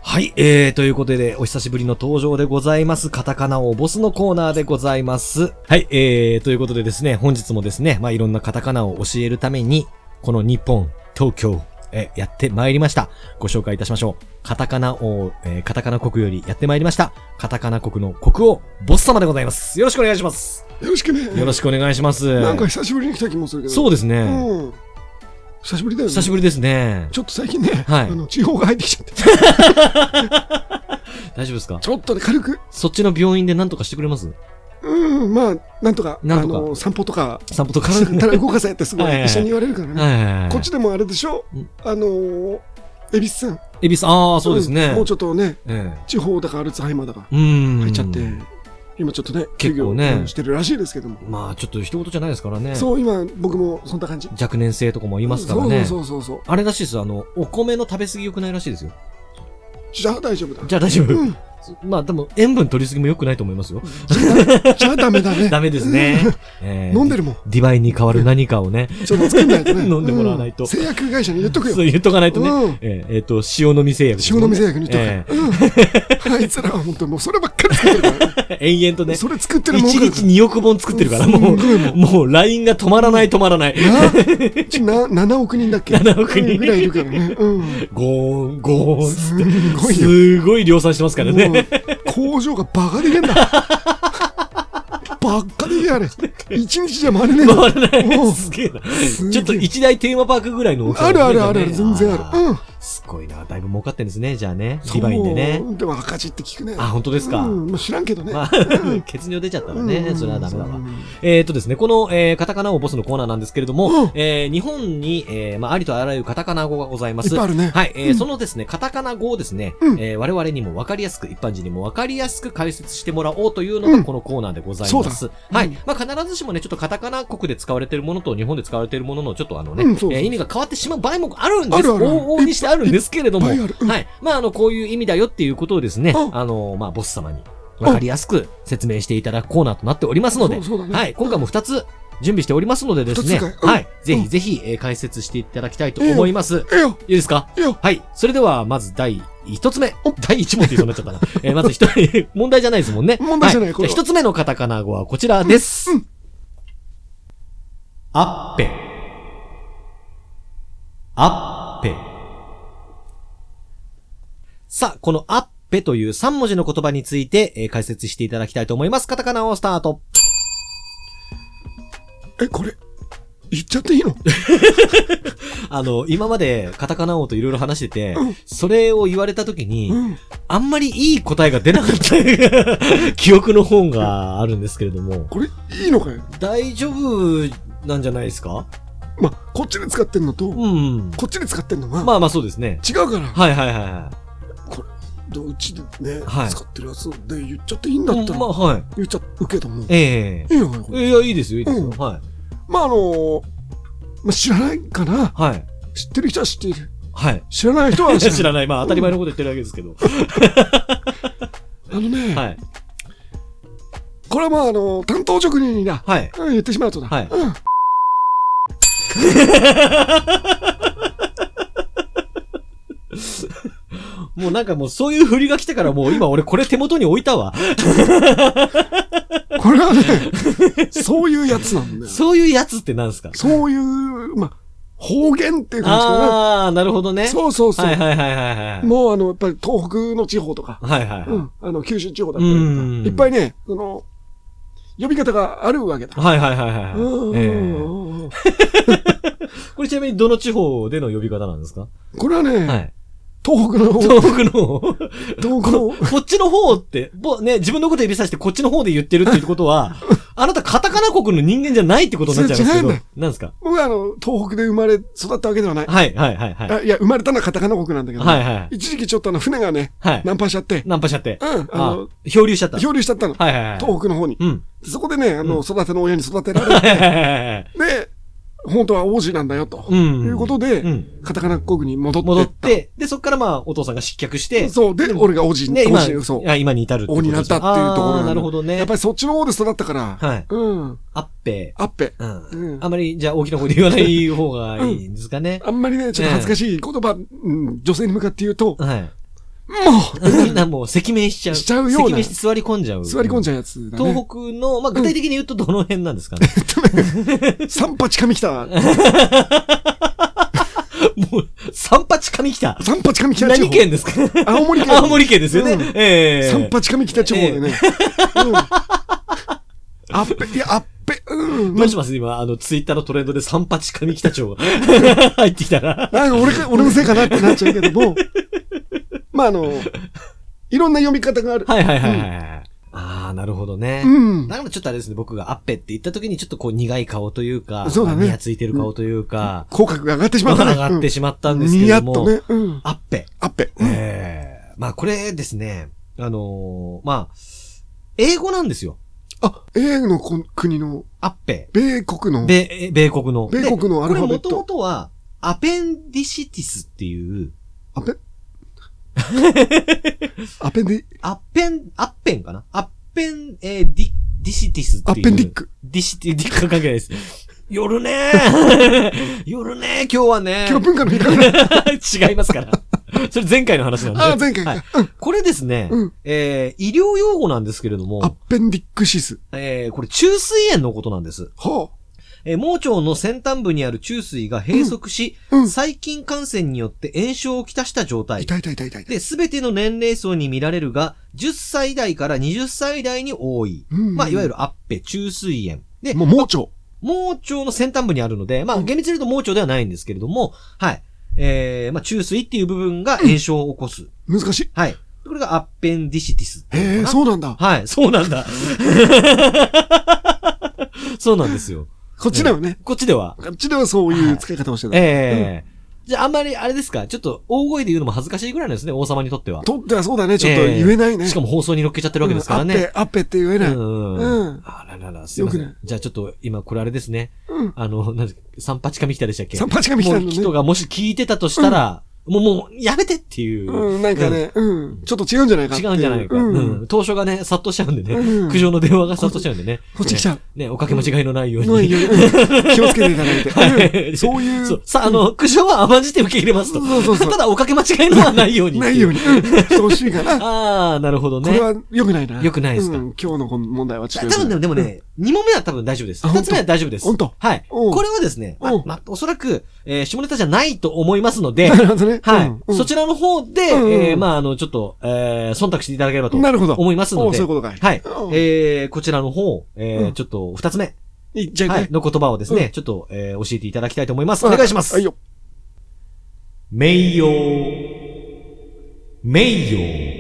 [SPEAKER 1] はい、えー、ということで、お久しぶりの登場でございます。カタカナをボスのコーナーでございます。はい、えー、ということでですね、本日もですね、まあ、いろんなカタカナを教えるために、この日本、東京、えー、やってまいりました。ご紹介いたしましょう。カタカナ王、えー、カタカナ国よりやってまいりました。カタカナ国の国王、ボス様でございます。よろしくお願いします。
[SPEAKER 2] よろしくね。
[SPEAKER 1] よろしくお願いします。
[SPEAKER 2] なんか久しぶりに来た気もするけど。
[SPEAKER 1] そうです
[SPEAKER 2] う
[SPEAKER 1] ね。
[SPEAKER 2] ん。久しぶりだよね。
[SPEAKER 1] 久しぶりですね。
[SPEAKER 2] ちょっと最近ね、
[SPEAKER 1] はい
[SPEAKER 2] あの、地方が入ってきちゃって、ち
[SPEAKER 1] 大丈夫ですか
[SPEAKER 2] ょっとね、軽く、
[SPEAKER 1] そっちの病院で何とかしてくれます
[SPEAKER 2] うん、まあ、なんとか、
[SPEAKER 1] なんとか
[SPEAKER 2] あの、散歩とか、
[SPEAKER 1] 散歩とか。
[SPEAKER 2] たら動かせってすご
[SPEAKER 1] はいはい
[SPEAKER 2] い
[SPEAKER 1] はい
[SPEAKER 2] 医者に言われるからね。
[SPEAKER 1] はい。
[SPEAKER 2] こっちでもあれでしょ
[SPEAKER 1] うん
[SPEAKER 2] あのー、恵比寿さん。
[SPEAKER 1] 恵比寿、ああ、そうですね。
[SPEAKER 2] んもうちょっとね、
[SPEAKER 1] え
[SPEAKER 2] 地方だかアルツハイマーだか
[SPEAKER 1] えうん。
[SPEAKER 2] 入っちゃって、今ちょっとね、
[SPEAKER 1] 結構ね
[SPEAKER 2] 休業してるらしいですけども。
[SPEAKER 1] まあちょっと一言じゃないですからね。
[SPEAKER 2] そう、今、僕もそんな感じ。
[SPEAKER 1] 若年性とかも言いますからね。
[SPEAKER 2] そうそうそうそう。
[SPEAKER 1] あれらしいです。あの、お米の食べ過ぎ良くないらしいですよ。
[SPEAKER 2] じゃあ大丈 夫だ。
[SPEAKER 1] じゃあ大丈夫。
[SPEAKER 2] うん
[SPEAKER 1] まあでも塩分取りすぎも良くないと思いますよ。
[SPEAKER 2] じゃあダメだね。
[SPEAKER 1] ダメですね。えー
[SPEAKER 2] 飲んでるもん。
[SPEAKER 1] ディバインに代わる何かをね、
[SPEAKER 2] ちょっと作んないと ね。
[SPEAKER 1] 飲んでもらわないと
[SPEAKER 2] う製薬会社に言っとくよ
[SPEAKER 1] そ。う言っとかないとね。
[SPEAKER 2] うん
[SPEAKER 1] えーえーと、塩のみ製薬です
[SPEAKER 2] 塩
[SPEAKER 1] も
[SPEAKER 2] の
[SPEAKER 1] んね、
[SPEAKER 2] 店薬に言っとくよ。うんあいつらは本当にもうそればっかり作ってるから ね。
[SPEAKER 1] えー延々とね。
[SPEAKER 2] それ作ってるもん
[SPEAKER 1] 一
[SPEAKER 2] から
[SPEAKER 1] 日2億本作ってるから、もう
[SPEAKER 2] すんごいも、ん
[SPEAKER 1] もう LINE が止まらない止まらない。
[SPEAKER 2] なちな7億 人だっけ
[SPEAKER 1] 7億人
[SPEAKER 2] うんぐらいいるから ね。うん。
[SPEAKER 1] ゴーン、ゴーンっつ
[SPEAKER 2] す
[SPEAKER 1] って。
[SPEAKER 2] ごいよ。
[SPEAKER 1] すごい量産してますからね。
[SPEAKER 2] もう工場がバカでけえんだ。 ばっかでけえあれ。一日じゃ回れねえの
[SPEAKER 1] 回らな
[SPEAKER 2] も
[SPEAKER 1] い。
[SPEAKER 2] う
[SPEAKER 1] すげえな。
[SPEAKER 2] すげえ
[SPEAKER 1] ちょっと一大テーマパークぐらいの大きさ
[SPEAKER 2] あるあるあるある、
[SPEAKER 1] ね
[SPEAKER 2] 全然ある。うん。
[SPEAKER 1] ーすごいな。だいぶ儲かってんですね、じゃあね。リバインでね。
[SPEAKER 2] そう。でも赤字って聞くね。
[SPEAKER 1] あ、本当ですか。
[SPEAKER 2] うん、まあ知らんけどね。
[SPEAKER 1] まあ、血尿出ちゃったら
[SPEAKER 2] う
[SPEAKER 1] ね、
[SPEAKER 2] ん
[SPEAKER 1] それはダメだわ
[SPEAKER 2] うん。
[SPEAKER 1] えっとですね、この、えーカタカナをボスのコーナーなんですけれど
[SPEAKER 2] う
[SPEAKER 1] も
[SPEAKER 2] ん、
[SPEAKER 1] えー日本に、えーまあ、ありとあらゆるカタカナ語がございま
[SPEAKER 2] いっ
[SPEAKER 1] す。
[SPEAKER 2] ぱいあるね。
[SPEAKER 1] はい、えー
[SPEAKER 2] うん
[SPEAKER 1] そのですね、カタカナ語をですね、
[SPEAKER 2] うん
[SPEAKER 1] えー我々にも分かりやすく、一般人にも分かりやすく解説してもらおうというの
[SPEAKER 2] う
[SPEAKER 1] が
[SPEAKER 2] ん
[SPEAKER 1] このコーナーでござい
[SPEAKER 2] そう
[SPEAKER 1] ま
[SPEAKER 2] だ
[SPEAKER 1] す。はい、
[SPEAKER 2] うん
[SPEAKER 1] まあ必ずしもね、ちょっとカタカナ国で使われているものと日本で使われているもののちょっとあのね、
[SPEAKER 2] うんそうそう
[SPEAKER 1] えー意味が変わってしまう場合もあるんです。
[SPEAKER 2] あるある
[SPEAKER 1] 往々にしてあるんですけれども、
[SPEAKER 2] いっぱいあるうん
[SPEAKER 1] はい、まああの、こういう意味だよっていうことをですね、
[SPEAKER 2] うん
[SPEAKER 1] あの、まあボス様に分かりやすく説明していただくコーナーとなっておりますので、
[SPEAKER 2] そうそうだね。
[SPEAKER 1] はい、今回も2つ準備しておりますのでですね、
[SPEAKER 2] 二つかいうん
[SPEAKER 1] はい、ぜ
[SPEAKER 2] う
[SPEAKER 1] ひ
[SPEAKER 2] ん
[SPEAKER 1] ぜひ、えー解説していただきたいと思います。
[SPEAKER 2] ええよ、
[SPEAKER 1] いいですか
[SPEAKER 2] ええよ。
[SPEAKER 1] はい。それでは、まず第一つ目
[SPEAKER 2] お。
[SPEAKER 1] 第一問って言いそうになっ ちゃったな。えーまず一人、 問題じゃないですもんね。
[SPEAKER 2] 問題じゃない
[SPEAKER 1] は
[SPEAKER 2] これは
[SPEAKER 1] じゃあ一つ目のカタカナ語はこちらです。
[SPEAKER 2] うんうん
[SPEAKER 1] アッペ。アッペ。さあ、このアッペという三文字の言葉について、えー解説していただきたいと思います。カタカナをスタート。
[SPEAKER 2] え、これ、言っちゃっていいの
[SPEAKER 1] あの、今までカタカナ王といろいろ話してて
[SPEAKER 2] うん、
[SPEAKER 1] それを言われたときに、
[SPEAKER 2] うん。
[SPEAKER 1] あんまりいい答えが出なかった記憶の本があるんですけれども、
[SPEAKER 2] これ、いいのかよ。
[SPEAKER 1] 大丈夫なんじゃないですか
[SPEAKER 2] まあ、こっちで使ってんのと、
[SPEAKER 1] うん。
[SPEAKER 2] こっちで使ってんのが、
[SPEAKER 1] まあまあそうですね。
[SPEAKER 2] 違うから、
[SPEAKER 1] はいはいはいは
[SPEAKER 2] どううちでね、
[SPEAKER 1] はい
[SPEAKER 2] 使ってるやつで言っちゃっていいんだっ
[SPEAKER 1] い。
[SPEAKER 2] たら、
[SPEAKER 1] まあはい。
[SPEAKER 2] 言っちゃうけども、い
[SPEAKER 1] え
[SPEAKER 2] いのかよ、こ
[SPEAKER 1] え
[SPEAKER 2] れ。
[SPEAKER 1] いや、いいですよ、いいですよ。
[SPEAKER 2] うん
[SPEAKER 1] はい。
[SPEAKER 2] まあ、あのーまあ、知らないかな。
[SPEAKER 1] はい。
[SPEAKER 2] 知ってる人は知っている。
[SPEAKER 1] はい。
[SPEAKER 2] 知らない人 は
[SPEAKER 1] 知
[SPEAKER 2] 知ら
[SPEAKER 1] らない。まあ当たり前のこと言ってるわけですけど。
[SPEAKER 2] ない。あの ね、
[SPEAKER 1] はい。
[SPEAKER 2] これはまあ、あのー担当職人にな、
[SPEAKER 1] はい。
[SPEAKER 2] うん、言ってしまうとだ。
[SPEAKER 1] はい
[SPEAKER 2] うん。
[SPEAKER 1] もうなんかもうそういう振りが来てからもう今俺これ手元に置いたわ。
[SPEAKER 2] これはね、そういうやつなんだよ。
[SPEAKER 1] そういうやつってなんですか
[SPEAKER 2] そういう、まあ、方言っていう感じかな。
[SPEAKER 1] ああ、なるほどね。
[SPEAKER 2] そうそうそう。
[SPEAKER 1] はいはいはいはいはい。
[SPEAKER 2] もうあの、やっぱり東北の地方とか、
[SPEAKER 1] はいはいはい。
[SPEAKER 2] うん、あの九州地方だったりとか、
[SPEAKER 1] うん
[SPEAKER 2] いっぱいね、その、呼び方があるわけだ。
[SPEAKER 1] はいはいはいはい
[SPEAKER 2] うん
[SPEAKER 1] はい。ええ
[SPEAKER 2] うん
[SPEAKER 1] これちなみにどの地方での呼び方なんですか
[SPEAKER 2] これはね、
[SPEAKER 1] はい。
[SPEAKER 2] 東北の、東
[SPEAKER 1] 東北の方。 こ
[SPEAKER 2] 北の、
[SPEAKER 1] っちの方って、ぼね、自分のこと指さしてこっちの方で言ってるっていうこと は、あなたカタカナ国の人間じゃないってことになっちゃいますけど。
[SPEAKER 2] それ違うん
[SPEAKER 1] なんですか
[SPEAKER 2] 僕はあの、東北で生まれ育ったわけではない。
[SPEAKER 1] はいはいはいはい。
[SPEAKER 2] あいや、生まれたのはカタカナ国なんだけど、
[SPEAKER 1] はいはい。
[SPEAKER 2] 一時期ちょっとあの、船がね、
[SPEAKER 1] はい。
[SPEAKER 2] 難破しちゃって、
[SPEAKER 1] ナンパしちゃって。
[SPEAKER 2] うん、あ
[SPEAKER 1] あ
[SPEAKER 2] の、
[SPEAKER 1] 漂流しちゃった。
[SPEAKER 2] 漂流しちゃったの。
[SPEAKER 1] はいはいはい。
[SPEAKER 2] 東北の方に。
[SPEAKER 1] うん。
[SPEAKER 2] そこでね、あの、
[SPEAKER 1] うん
[SPEAKER 2] 育ての親に育てられ
[SPEAKER 1] はいはいはいはい。
[SPEAKER 2] で、本当は王子なんだよ、と。
[SPEAKER 1] うん。
[SPEAKER 2] いうことで、
[SPEAKER 1] うん。
[SPEAKER 2] カタカナ国に戻って
[SPEAKER 1] 戻
[SPEAKER 2] た
[SPEAKER 1] って、で、そっからまあ、お父さんが失脚して、
[SPEAKER 2] そう。で、俺が王子、
[SPEAKER 1] ね、
[SPEAKER 2] 王
[SPEAKER 1] 今、
[SPEAKER 2] 子に、そう
[SPEAKER 1] い。や今に至るってこと
[SPEAKER 2] 王になったっていうところ
[SPEAKER 1] あ
[SPEAKER 2] な
[SPEAKER 1] ー
[SPEAKER 2] んだ
[SPEAKER 1] なるほどね。
[SPEAKER 2] やっぱりそっちの方で育ったから、
[SPEAKER 1] はい。
[SPEAKER 2] うん。
[SPEAKER 1] アッペ
[SPEAKER 2] あっぺ。
[SPEAKER 1] うん
[SPEAKER 2] う。ん
[SPEAKER 1] あまり、じゃあ大きな声で言わない方がいいんですかね。
[SPEAKER 2] あんまりね、ちょっと恥ずかしい言葉、うん女性に向かって言うと、も
[SPEAKER 1] はい。
[SPEAKER 2] う
[SPEAKER 1] みんなもう、赤面しちゃう。
[SPEAKER 2] しちゃうような
[SPEAKER 1] 赤面して座り込んじゃう。
[SPEAKER 2] 座り込ん
[SPEAKER 1] ゃ
[SPEAKER 2] じゃうやつだね。
[SPEAKER 1] 東北の、まあ、具体的に言うとどの辺なんですかね。
[SPEAKER 2] 三八髪来た。
[SPEAKER 1] もう、三八上北。
[SPEAKER 2] 三八髪来た地方。
[SPEAKER 1] 何県ですか
[SPEAKER 2] 青森県。
[SPEAKER 1] 青森県ですよね
[SPEAKER 2] うん。
[SPEAKER 1] ええ。
[SPEAKER 2] 三八髪来た地方でね。うんあっぺ、いや、あっぺ、う
[SPEAKER 1] ど
[SPEAKER 2] ん。な
[SPEAKER 1] うんします今、あの、ツイッターのトレンドで三八上北 町が入ってきたら。
[SPEAKER 2] か俺か、俺のせいかなってなっちゃうけども、まあ、あの、いろんな読み方がある。
[SPEAKER 1] はいはいはいはいはい。ああ、なるほどね。
[SPEAKER 2] うん。
[SPEAKER 1] だからちょっとあれですね、僕がアッペって言った時にちょっとこう苦い顔というか、
[SPEAKER 2] そうだね
[SPEAKER 1] まあニヤついてる顔というか、
[SPEAKER 2] 口角が上がってしま
[SPEAKER 1] 上
[SPEAKER 2] ったね。
[SPEAKER 1] がってしまったんです
[SPEAKER 2] うん
[SPEAKER 1] け
[SPEAKER 2] ニヤ
[SPEAKER 1] ど
[SPEAKER 2] ッ
[SPEAKER 1] も、
[SPEAKER 2] とね。うん。
[SPEAKER 1] アッペ。
[SPEAKER 2] あっぺ。
[SPEAKER 1] ええまあこれですね、あのーまあ、英語なんですよ。
[SPEAKER 2] あ、A のこ国の、
[SPEAKER 1] アッペ。
[SPEAKER 2] 米国の、
[SPEAKER 1] 米、え米国の。
[SPEAKER 2] 米国のアルファベ
[SPEAKER 1] で
[SPEAKER 2] ッ
[SPEAKER 1] これ
[SPEAKER 2] ト
[SPEAKER 1] もともとは、アペンディシティスっていう、
[SPEAKER 2] アペ、アペンディ、
[SPEAKER 1] アッペン、アッペンかなアッペン、えーディ、ディシティスって
[SPEAKER 2] ア
[SPEAKER 1] いう。
[SPEAKER 2] ッペンディッ。ク。
[SPEAKER 1] ディシティ、ディックは関係ないです。夜ね ー夜ねー今日はね
[SPEAKER 2] 今日文化の日から。
[SPEAKER 1] ー 違いますから。それ前回の話なんで。
[SPEAKER 2] あ、前回
[SPEAKER 1] はい
[SPEAKER 2] か。うん、
[SPEAKER 1] これですね、
[SPEAKER 2] うん
[SPEAKER 1] えー医療用語なんですけれど
[SPEAKER 2] アッ
[SPEAKER 1] も、
[SPEAKER 2] ペンディックシス。
[SPEAKER 1] えーこれ中水炎のことなんです。
[SPEAKER 2] は
[SPEAKER 1] えー盲腸の先端部にある中水が閉塞し、
[SPEAKER 2] あ、うん。
[SPEAKER 1] 細菌感染によって炎症をきたした状態。
[SPEAKER 2] 痛い痛い痛い痛い。
[SPEAKER 1] で、すべての年齢層に見られるが、10歳代から20歳代に多い。
[SPEAKER 2] うん
[SPEAKER 1] まあ、いわゆるアッペ、中水炎。で、
[SPEAKER 2] もう盲腸。
[SPEAKER 1] 盲腸の先端部にあるので、まあ、
[SPEAKER 2] うん
[SPEAKER 1] 厳密に言うと盲腸ではないんですけれども、はい。えー、まあ、中水っていう部分が炎症を起こす。
[SPEAKER 2] 難しい。
[SPEAKER 1] はい。これがアッペンディシティスってい
[SPEAKER 2] へ
[SPEAKER 1] う
[SPEAKER 2] え、
[SPEAKER 1] のかな。
[SPEAKER 2] そうなんだ。
[SPEAKER 1] はい、そうなんだ。 そうなんですよ。
[SPEAKER 2] こっちだよね。
[SPEAKER 1] こっちでは。
[SPEAKER 2] こっちではそういう使い方をしてた。
[SPEAKER 1] ええじゃあ、あんまり、あれですか、ちょっと大声で言うのも恥ずかしいぐらいなんですね、王様にとっては。
[SPEAKER 2] とってはそうだね。ちょっと言えないね。
[SPEAKER 1] しかも放送に乗っけちゃってるわけですからね。
[SPEAKER 2] うんアッペ、アッペって言えない。
[SPEAKER 1] うん
[SPEAKER 2] うん
[SPEAKER 1] あららら、すいませ
[SPEAKER 2] よく
[SPEAKER 1] ん
[SPEAKER 2] ね。
[SPEAKER 1] じゃあちょっと今これあれですね。
[SPEAKER 2] うん。
[SPEAKER 1] あの、なんですか三八神来たでしたっけ
[SPEAKER 2] 三八神来た
[SPEAKER 1] も
[SPEAKER 2] の
[SPEAKER 1] う
[SPEAKER 2] ね
[SPEAKER 1] 人。がもし聞いてたとしたら、もう、もう、やめてっていう。
[SPEAKER 2] うん、なんかね、うん。ちょっと違うんじゃないかっ
[SPEAKER 1] 違
[SPEAKER 2] てい
[SPEAKER 1] うんじゃないか。
[SPEAKER 2] う
[SPEAKER 1] うん
[SPEAKER 2] ん。
[SPEAKER 1] 当初がね、殺到しちゃうんで
[SPEAKER 2] う
[SPEAKER 1] ね。
[SPEAKER 2] ん
[SPEAKER 1] 苦情の電話が殺到しちゃうんでね。
[SPEAKER 2] こっち来ちゃう。
[SPEAKER 1] ね、おかけ間違いのないよう
[SPEAKER 2] の
[SPEAKER 1] に。
[SPEAKER 2] ようん気をつけていただいて。
[SPEAKER 1] はい
[SPEAKER 2] うんそういう。
[SPEAKER 1] そう。さあ、あの、苦情は甘んじて受け入れますと。
[SPEAKER 2] そうそうそう
[SPEAKER 1] ただ、おかけ間違いのはないように。
[SPEAKER 2] ないよう
[SPEAKER 1] に。
[SPEAKER 2] に。うんしてほしいから。こ
[SPEAKER 1] ああ、なるほどね。
[SPEAKER 2] れは良くないな。
[SPEAKER 1] 良くないですか
[SPEAKER 2] うん今日のこの問題はちょ
[SPEAKER 1] 多
[SPEAKER 2] っと良く
[SPEAKER 1] 分
[SPEAKER 2] ない。
[SPEAKER 1] ね、でもね、2問目は多分大丈夫です。
[SPEAKER 2] あ本
[SPEAKER 1] 2
[SPEAKER 2] 当
[SPEAKER 1] つ目は大丈夫です。
[SPEAKER 2] 本当
[SPEAKER 1] はい。
[SPEAKER 2] おう
[SPEAKER 1] これはですね、ま
[SPEAKER 2] おう
[SPEAKER 1] まおそらく、えー下ネタじゃないと思いますので
[SPEAKER 2] な、るほどね。
[SPEAKER 1] は
[SPEAKER 2] う
[SPEAKER 1] い
[SPEAKER 2] ん。うん
[SPEAKER 1] そちらの方で、
[SPEAKER 2] うんうん
[SPEAKER 1] えーまあ、あの、ちょっと、えー忖度していただければと
[SPEAKER 2] なるほど。
[SPEAKER 1] 思いますの
[SPEAKER 2] おう
[SPEAKER 1] で、
[SPEAKER 2] そういうことかい。
[SPEAKER 1] はい
[SPEAKER 2] うん。
[SPEAKER 1] えーこちらの方、えー
[SPEAKER 2] うん
[SPEAKER 1] ちょっと、2つ目、
[SPEAKER 2] いっちゃい
[SPEAKER 1] は
[SPEAKER 2] け
[SPEAKER 1] い、の言葉をですね、
[SPEAKER 2] う
[SPEAKER 1] ちょっと、えー教えていただきたいと思います。お願いします。
[SPEAKER 2] はいよ。
[SPEAKER 1] 名誉。名誉。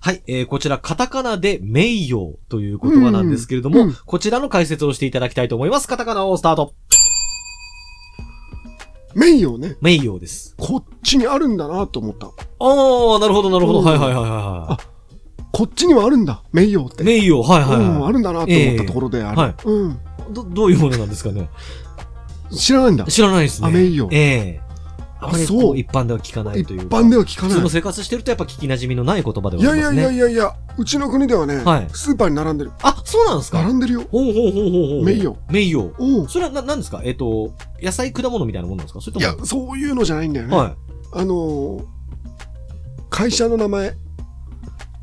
[SPEAKER 1] はい、えー、こちら、カタカナで名誉という言葉なんですけれども、
[SPEAKER 2] うんうん
[SPEAKER 1] こちらの解説をしていただきたいと思います。カタカナをスタート。
[SPEAKER 2] 名誉ね。
[SPEAKER 1] 名誉です。
[SPEAKER 2] こっちにあるんだなと思った。
[SPEAKER 1] あー、なるほど、なるほど。
[SPEAKER 2] うん
[SPEAKER 1] はいはいはいはいは
[SPEAKER 2] こっちにはあるんだ。名誉って。
[SPEAKER 1] い。名誉、はいはい、
[SPEAKER 2] うん、
[SPEAKER 1] は
[SPEAKER 2] あるんだなと思ったところである。
[SPEAKER 1] え
[SPEAKER 2] うん。
[SPEAKER 1] いど。どういうものなんですかね。
[SPEAKER 2] 知らないんだ。
[SPEAKER 1] 知らないですね。
[SPEAKER 2] あ名誉
[SPEAKER 1] ええあまりこ
[SPEAKER 2] そう
[SPEAKER 1] う一般では聞かない
[SPEAKER 2] 一
[SPEAKER 1] というか。
[SPEAKER 2] 般では聞か
[SPEAKER 1] 普通
[SPEAKER 2] な
[SPEAKER 1] の
[SPEAKER 2] い。
[SPEAKER 1] 生活してるとやっぱ聞き馴染みのない言葉で
[SPEAKER 2] い
[SPEAKER 1] はあ
[SPEAKER 2] やい
[SPEAKER 1] りま
[SPEAKER 2] や
[SPEAKER 1] す
[SPEAKER 2] い
[SPEAKER 1] ね。
[SPEAKER 2] やいやいや、うちの国ではね、
[SPEAKER 1] はい
[SPEAKER 2] スーパーに並んでる。
[SPEAKER 1] あ、そうなんですか
[SPEAKER 2] 並んでるよ。
[SPEAKER 1] ほうほうほうほうほう。
[SPEAKER 2] 名誉。
[SPEAKER 1] 名誉。
[SPEAKER 2] おう
[SPEAKER 1] それはな、なんですかえっ、と、野菜、果物みたいなものなんですかそれと
[SPEAKER 2] い
[SPEAKER 1] も。
[SPEAKER 2] や、そういうのじゃないんだよね。
[SPEAKER 1] は
[SPEAKER 2] あのー会社の名前、
[SPEAKER 1] い。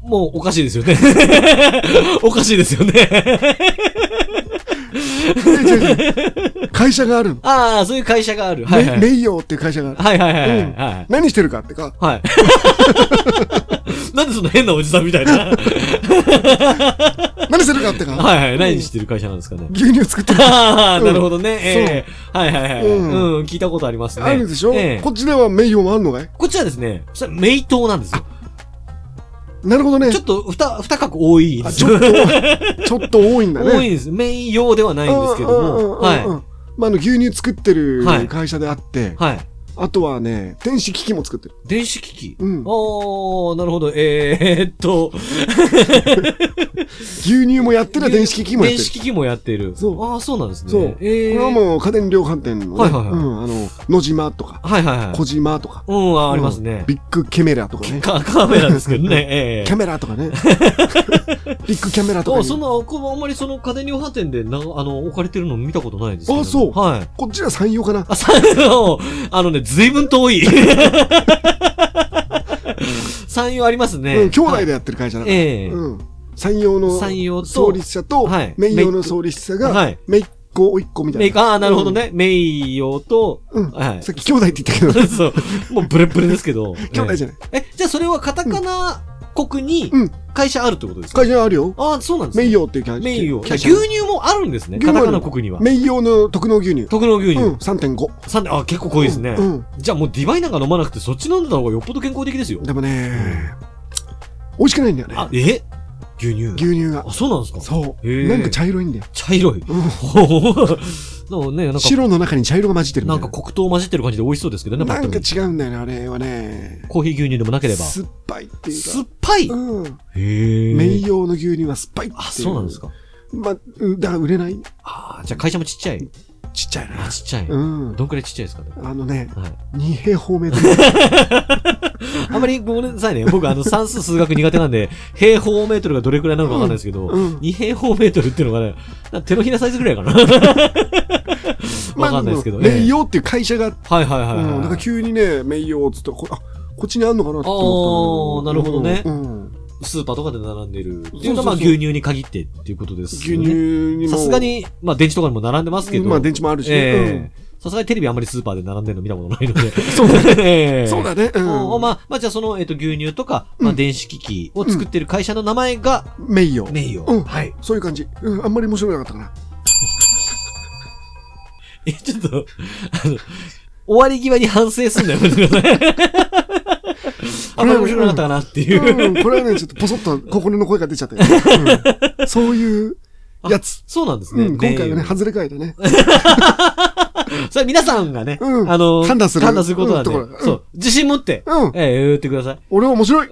[SPEAKER 1] もう、おかしいですよね。 おかしいですよね。
[SPEAKER 2] いや違う違う会社があるの。
[SPEAKER 1] ああ、そういう会社がある。はい、はい。
[SPEAKER 2] め名誉っていう会社がある。
[SPEAKER 1] はいはいはいはい
[SPEAKER 2] うん
[SPEAKER 1] はい。
[SPEAKER 2] 何してるかってか、
[SPEAKER 1] はい。 なんでその変なおじさんみたい な。はい
[SPEAKER 2] 何してるかってか、
[SPEAKER 1] はい。何してる会社なんですかね。
[SPEAKER 2] 牛乳作ってる。
[SPEAKER 1] あ あ、なるほどね。ええはいはいはい。
[SPEAKER 2] う
[SPEAKER 1] うんん、聞いたことありますね。
[SPEAKER 2] あるでしょ、
[SPEAKER 1] ええ
[SPEAKER 2] こっちでは名誉もあるのかい
[SPEAKER 1] こっちはですね、それ、名刀なんですよ。
[SPEAKER 2] なるほどね。
[SPEAKER 1] ちょっと、二、二角多いで
[SPEAKER 2] あ
[SPEAKER 1] す
[SPEAKER 2] ちょっと、ちょっと多いんだ ね。
[SPEAKER 1] 多いんです。名用ではないんですけども。
[SPEAKER 2] うんうん
[SPEAKER 1] は
[SPEAKER 2] うんうん
[SPEAKER 1] い。
[SPEAKER 2] うんまあ、あの牛乳作ってる
[SPEAKER 1] はい
[SPEAKER 2] 会社であって、
[SPEAKER 1] はい。
[SPEAKER 2] あとはね、電子機器も作ってる。
[SPEAKER 1] 電子機器。
[SPEAKER 2] うん
[SPEAKER 1] おー、なるほど。えー、っと。
[SPEAKER 2] 牛乳もやってる電子機器もやっ
[SPEAKER 1] 電
[SPEAKER 2] てる
[SPEAKER 1] 子。機器もやってる。
[SPEAKER 2] そう
[SPEAKER 1] ああ、そうなんですね。
[SPEAKER 2] そう
[SPEAKER 1] えー、
[SPEAKER 2] これはもう家電量販店の、ね
[SPEAKER 1] はいはいはい
[SPEAKER 2] うん、あの、野島とか、
[SPEAKER 1] はいはいはい。
[SPEAKER 2] 小島とか、
[SPEAKER 1] うん、あありますね。
[SPEAKER 2] ビッグキャメラとかね、
[SPEAKER 1] カカメラですけどね。ええ
[SPEAKER 2] キャメラ とかね、ビッグキャメラとか
[SPEAKER 1] あ
[SPEAKER 2] に
[SPEAKER 1] そんな、こあんまりその家電量販店でな、あの、置かれてるの見たことないですけど
[SPEAKER 2] あそう
[SPEAKER 1] はい。
[SPEAKER 2] こっちは山陽かな。
[SPEAKER 1] あ、さ、あのね、ずいぶん遠 い。山陽ありますね。
[SPEAKER 2] うん、兄弟
[SPEAKER 1] はい
[SPEAKER 2] でやってる会社だから。
[SPEAKER 1] ええ
[SPEAKER 2] うん、山陽の
[SPEAKER 1] 山陽と
[SPEAKER 2] 創立者と、
[SPEAKER 1] はい
[SPEAKER 2] 名陽の創立者
[SPEAKER 1] は
[SPEAKER 2] が
[SPEAKER 1] い、
[SPEAKER 2] めいっ子、おいっ子みたいな。
[SPEAKER 1] メイク、ああ、なるほどね。名誉と、
[SPEAKER 2] うん
[SPEAKER 1] はい
[SPEAKER 2] さ。っき兄弟って言ったけ ど、
[SPEAKER 1] そう。もうブレブレですけど。
[SPEAKER 2] 兄弟じゃない。
[SPEAKER 1] え、じゃあそれはカタカナ国に
[SPEAKER 2] うん
[SPEAKER 1] 会社あるってことですか、
[SPEAKER 2] 会社あるよ。
[SPEAKER 1] ああ、そうなんです
[SPEAKER 2] 名
[SPEAKER 1] ね。
[SPEAKER 2] 誉っていう会社。
[SPEAKER 1] 名誉。
[SPEAKER 2] 会
[SPEAKER 1] 牛
[SPEAKER 2] 社
[SPEAKER 1] 乳もあるんですね。
[SPEAKER 2] 牛
[SPEAKER 1] カ
[SPEAKER 2] 乳もあ
[SPEAKER 1] タ
[SPEAKER 2] る
[SPEAKER 1] カナ国には。
[SPEAKER 2] 名誉の特納牛乳。
[SPEAKER 1] 特納牛
[SPEAKER 2] う
[SPEAKER 1] 乳。
[SPEAKER 2] ん、3.5。
[SPEAKER 1] さんあ、結構濃いですね、
[SPEAKER 2] うん。
[SPEAKER 1] じゃあもうディバイなんか飲まなくてそっち飲んでた方がよっぽど健康的ですよ。
[SPEAKER 2] でもね、美味しくないんだよね。
[SPEAKER 1] あ、え牛乳。
[SPEAKER 2] 牛乳が
[SPEAKER 1] あ、。そうなんですか
[SPEAKER 2] そ
[SPEAKER 1] へ
[SPEAKER 2] う。
[SPEAKER 1] え
[SPEAKER 2] なんか茶色いんだよ。
[SPEAKER 1] 茶色い。
[SPEAKER 2] うん
[SPEAKER 1] ほほほそうね、なんか、
[SPEAKER 2] 白の中に茶色が混じってるみ
[SPEAKER 1] な
[SPEAKER 2] た
[SPEAKER 1] ん
[SPEAKER 2] いな
[SPEAKER 1] か黒糖混じってる感じで美味しそうですけどね、パッ
[SPEAKER 2] な
[SPEAKER 1] と
[SPEAKER 2] んか
[SPEAKER 1] 見。
[SPEAKER 2] 違うんだよね、あれはね。
[SPEAKER 1] コーヒー牛乳でもなければ。
[SPEAKER 2] 酸っぱいっていうか。
[SPEAKER 1] 酸っぱい
[SPEAKER 2] うん。
[SPEAKER 1] へ
[SPEAKER 2] メイ
[SPEAKER 1] え。
[SPEAKER 2] 用の牛乳は酸っぱいっていう。
[SPEAKER 1] あ、そうなんです。か。
[SPEAKER 2] まあ、うだから売れない。
[SPEAKER 1] ああ、じゃあ会社もちっちゃい。
[SPEAKER 2] ちっちゃいな
[SPEAKER 1] あ、。ちっちゃい。
[SPEAKER 2] うん。
[SPEAKER 1] どんくらいちっちゃいですかね。
[SPEAKER 2] あのね、
[SPEAKER 1] はい。
[SPEAKER 2] 二平方メート
[SPEAKER 1] あんまりごめんなさいね。僕、あの、算数数学苦手なんで、平方メートルがどれくらいなのかわかんないですけど、
[SPEAKER 2] うんうん
[SPEAKER 1] 2平方メートルっていうのがね、なんか手のひらサイズぐらいか な。
[SPEAKER 2] ル。
[SPEAKER 1] わかんないですけど。
[SPEAKER 2] まあ
[SPEAKER 1] ええ
[SPEAKER 2] メイ用っていう会社があって、
[SPEAKER 1] はいはいはい、はい
[SPEAKER 2] うん。だから急にね、名誉っつったら、こあこっちにあんのかなって思ったの
[SPEAKER 1] あーなるほどね
[SPEAKER 2] うん。
[SPEAKER 1] スーパーとかで並んでるっていうの
[SPEAKER 2] そうそうそ
[SPEAKER 1] は、
[SPEAKER 2] う
[SPEAKER 1] まあ、牛乳に限ってっていうことです
[SPEAKER 2] 牛
[SPEAKER 1] よ
[SPEAKER 2] 乳
[SPEAKER 1] ね。
[SPEAKER 2] にも。
[SPEAKER 1] さすがに、まあ、電池とかにも並んでますけど、
[SPEAKER 2] まあ電池もあるし
[SPEAKER 1] え
[SPEAKER 2] ね。
[SPEAKER 1] えさすがにテレビあんまりスーパーで並んでるの見たことないので。
[SPEAKER 2] うんそうだね。
[SPEAKER 1] ええ
[SPEAKER 2] そうだね。
[SPEAKER 1] お
[SPEAKER 2] うん。
[SPEAKER 1] まあ、まあ、じゃあその、えっ、と、牛乳とか、まあ、
[SPEAKER 2] うん
[SPEAKER 1] 電子機器を作ってる会社の名前が、
[SPEAKER 2] 名誉。
[SPEAKER 1] 名誉。
[SPEAKER 2] うん
[SPEAKER 1] はい。
[SPEAKER 2] そういう感じ。うん。あんまり面白くなかったかな。
[SPEAKER 1] え、ちょっと、あの、終わり際に反省すんだよ、やめてください あんまり面白くなかったかなっていう。
[SPEAKER 2] うん、これはね、ちょっとポソッと心の声が出ちゃったよね、うんそういうやつ。
[SPEAKER 1] そうなんです
[SPEAKER 2] う
[SPEAKER 1] ね。
[SPEAKER 2] ん、今回は
[SPEAKER 1] 名
[SPEAKER 2] ね、
[SPEAKER 1] 誉
[SPEAKER 2] 外れ替えたね。
[SPEAKER 1] それは皆さんがね、
[SPEAKER 2] うん
[SPEAKER 1] あの、
[SPEAKER 2] 判断する
[SPEAKER 1] 判断することなんで、
[SPEAKER 2] うんところうん
[SPEAKER 1] そう、自信持って、
[SPEAKER 2] うん
[SPEAKER 1] ええ言ってください。
[SPEAKER 2] 俺は面白い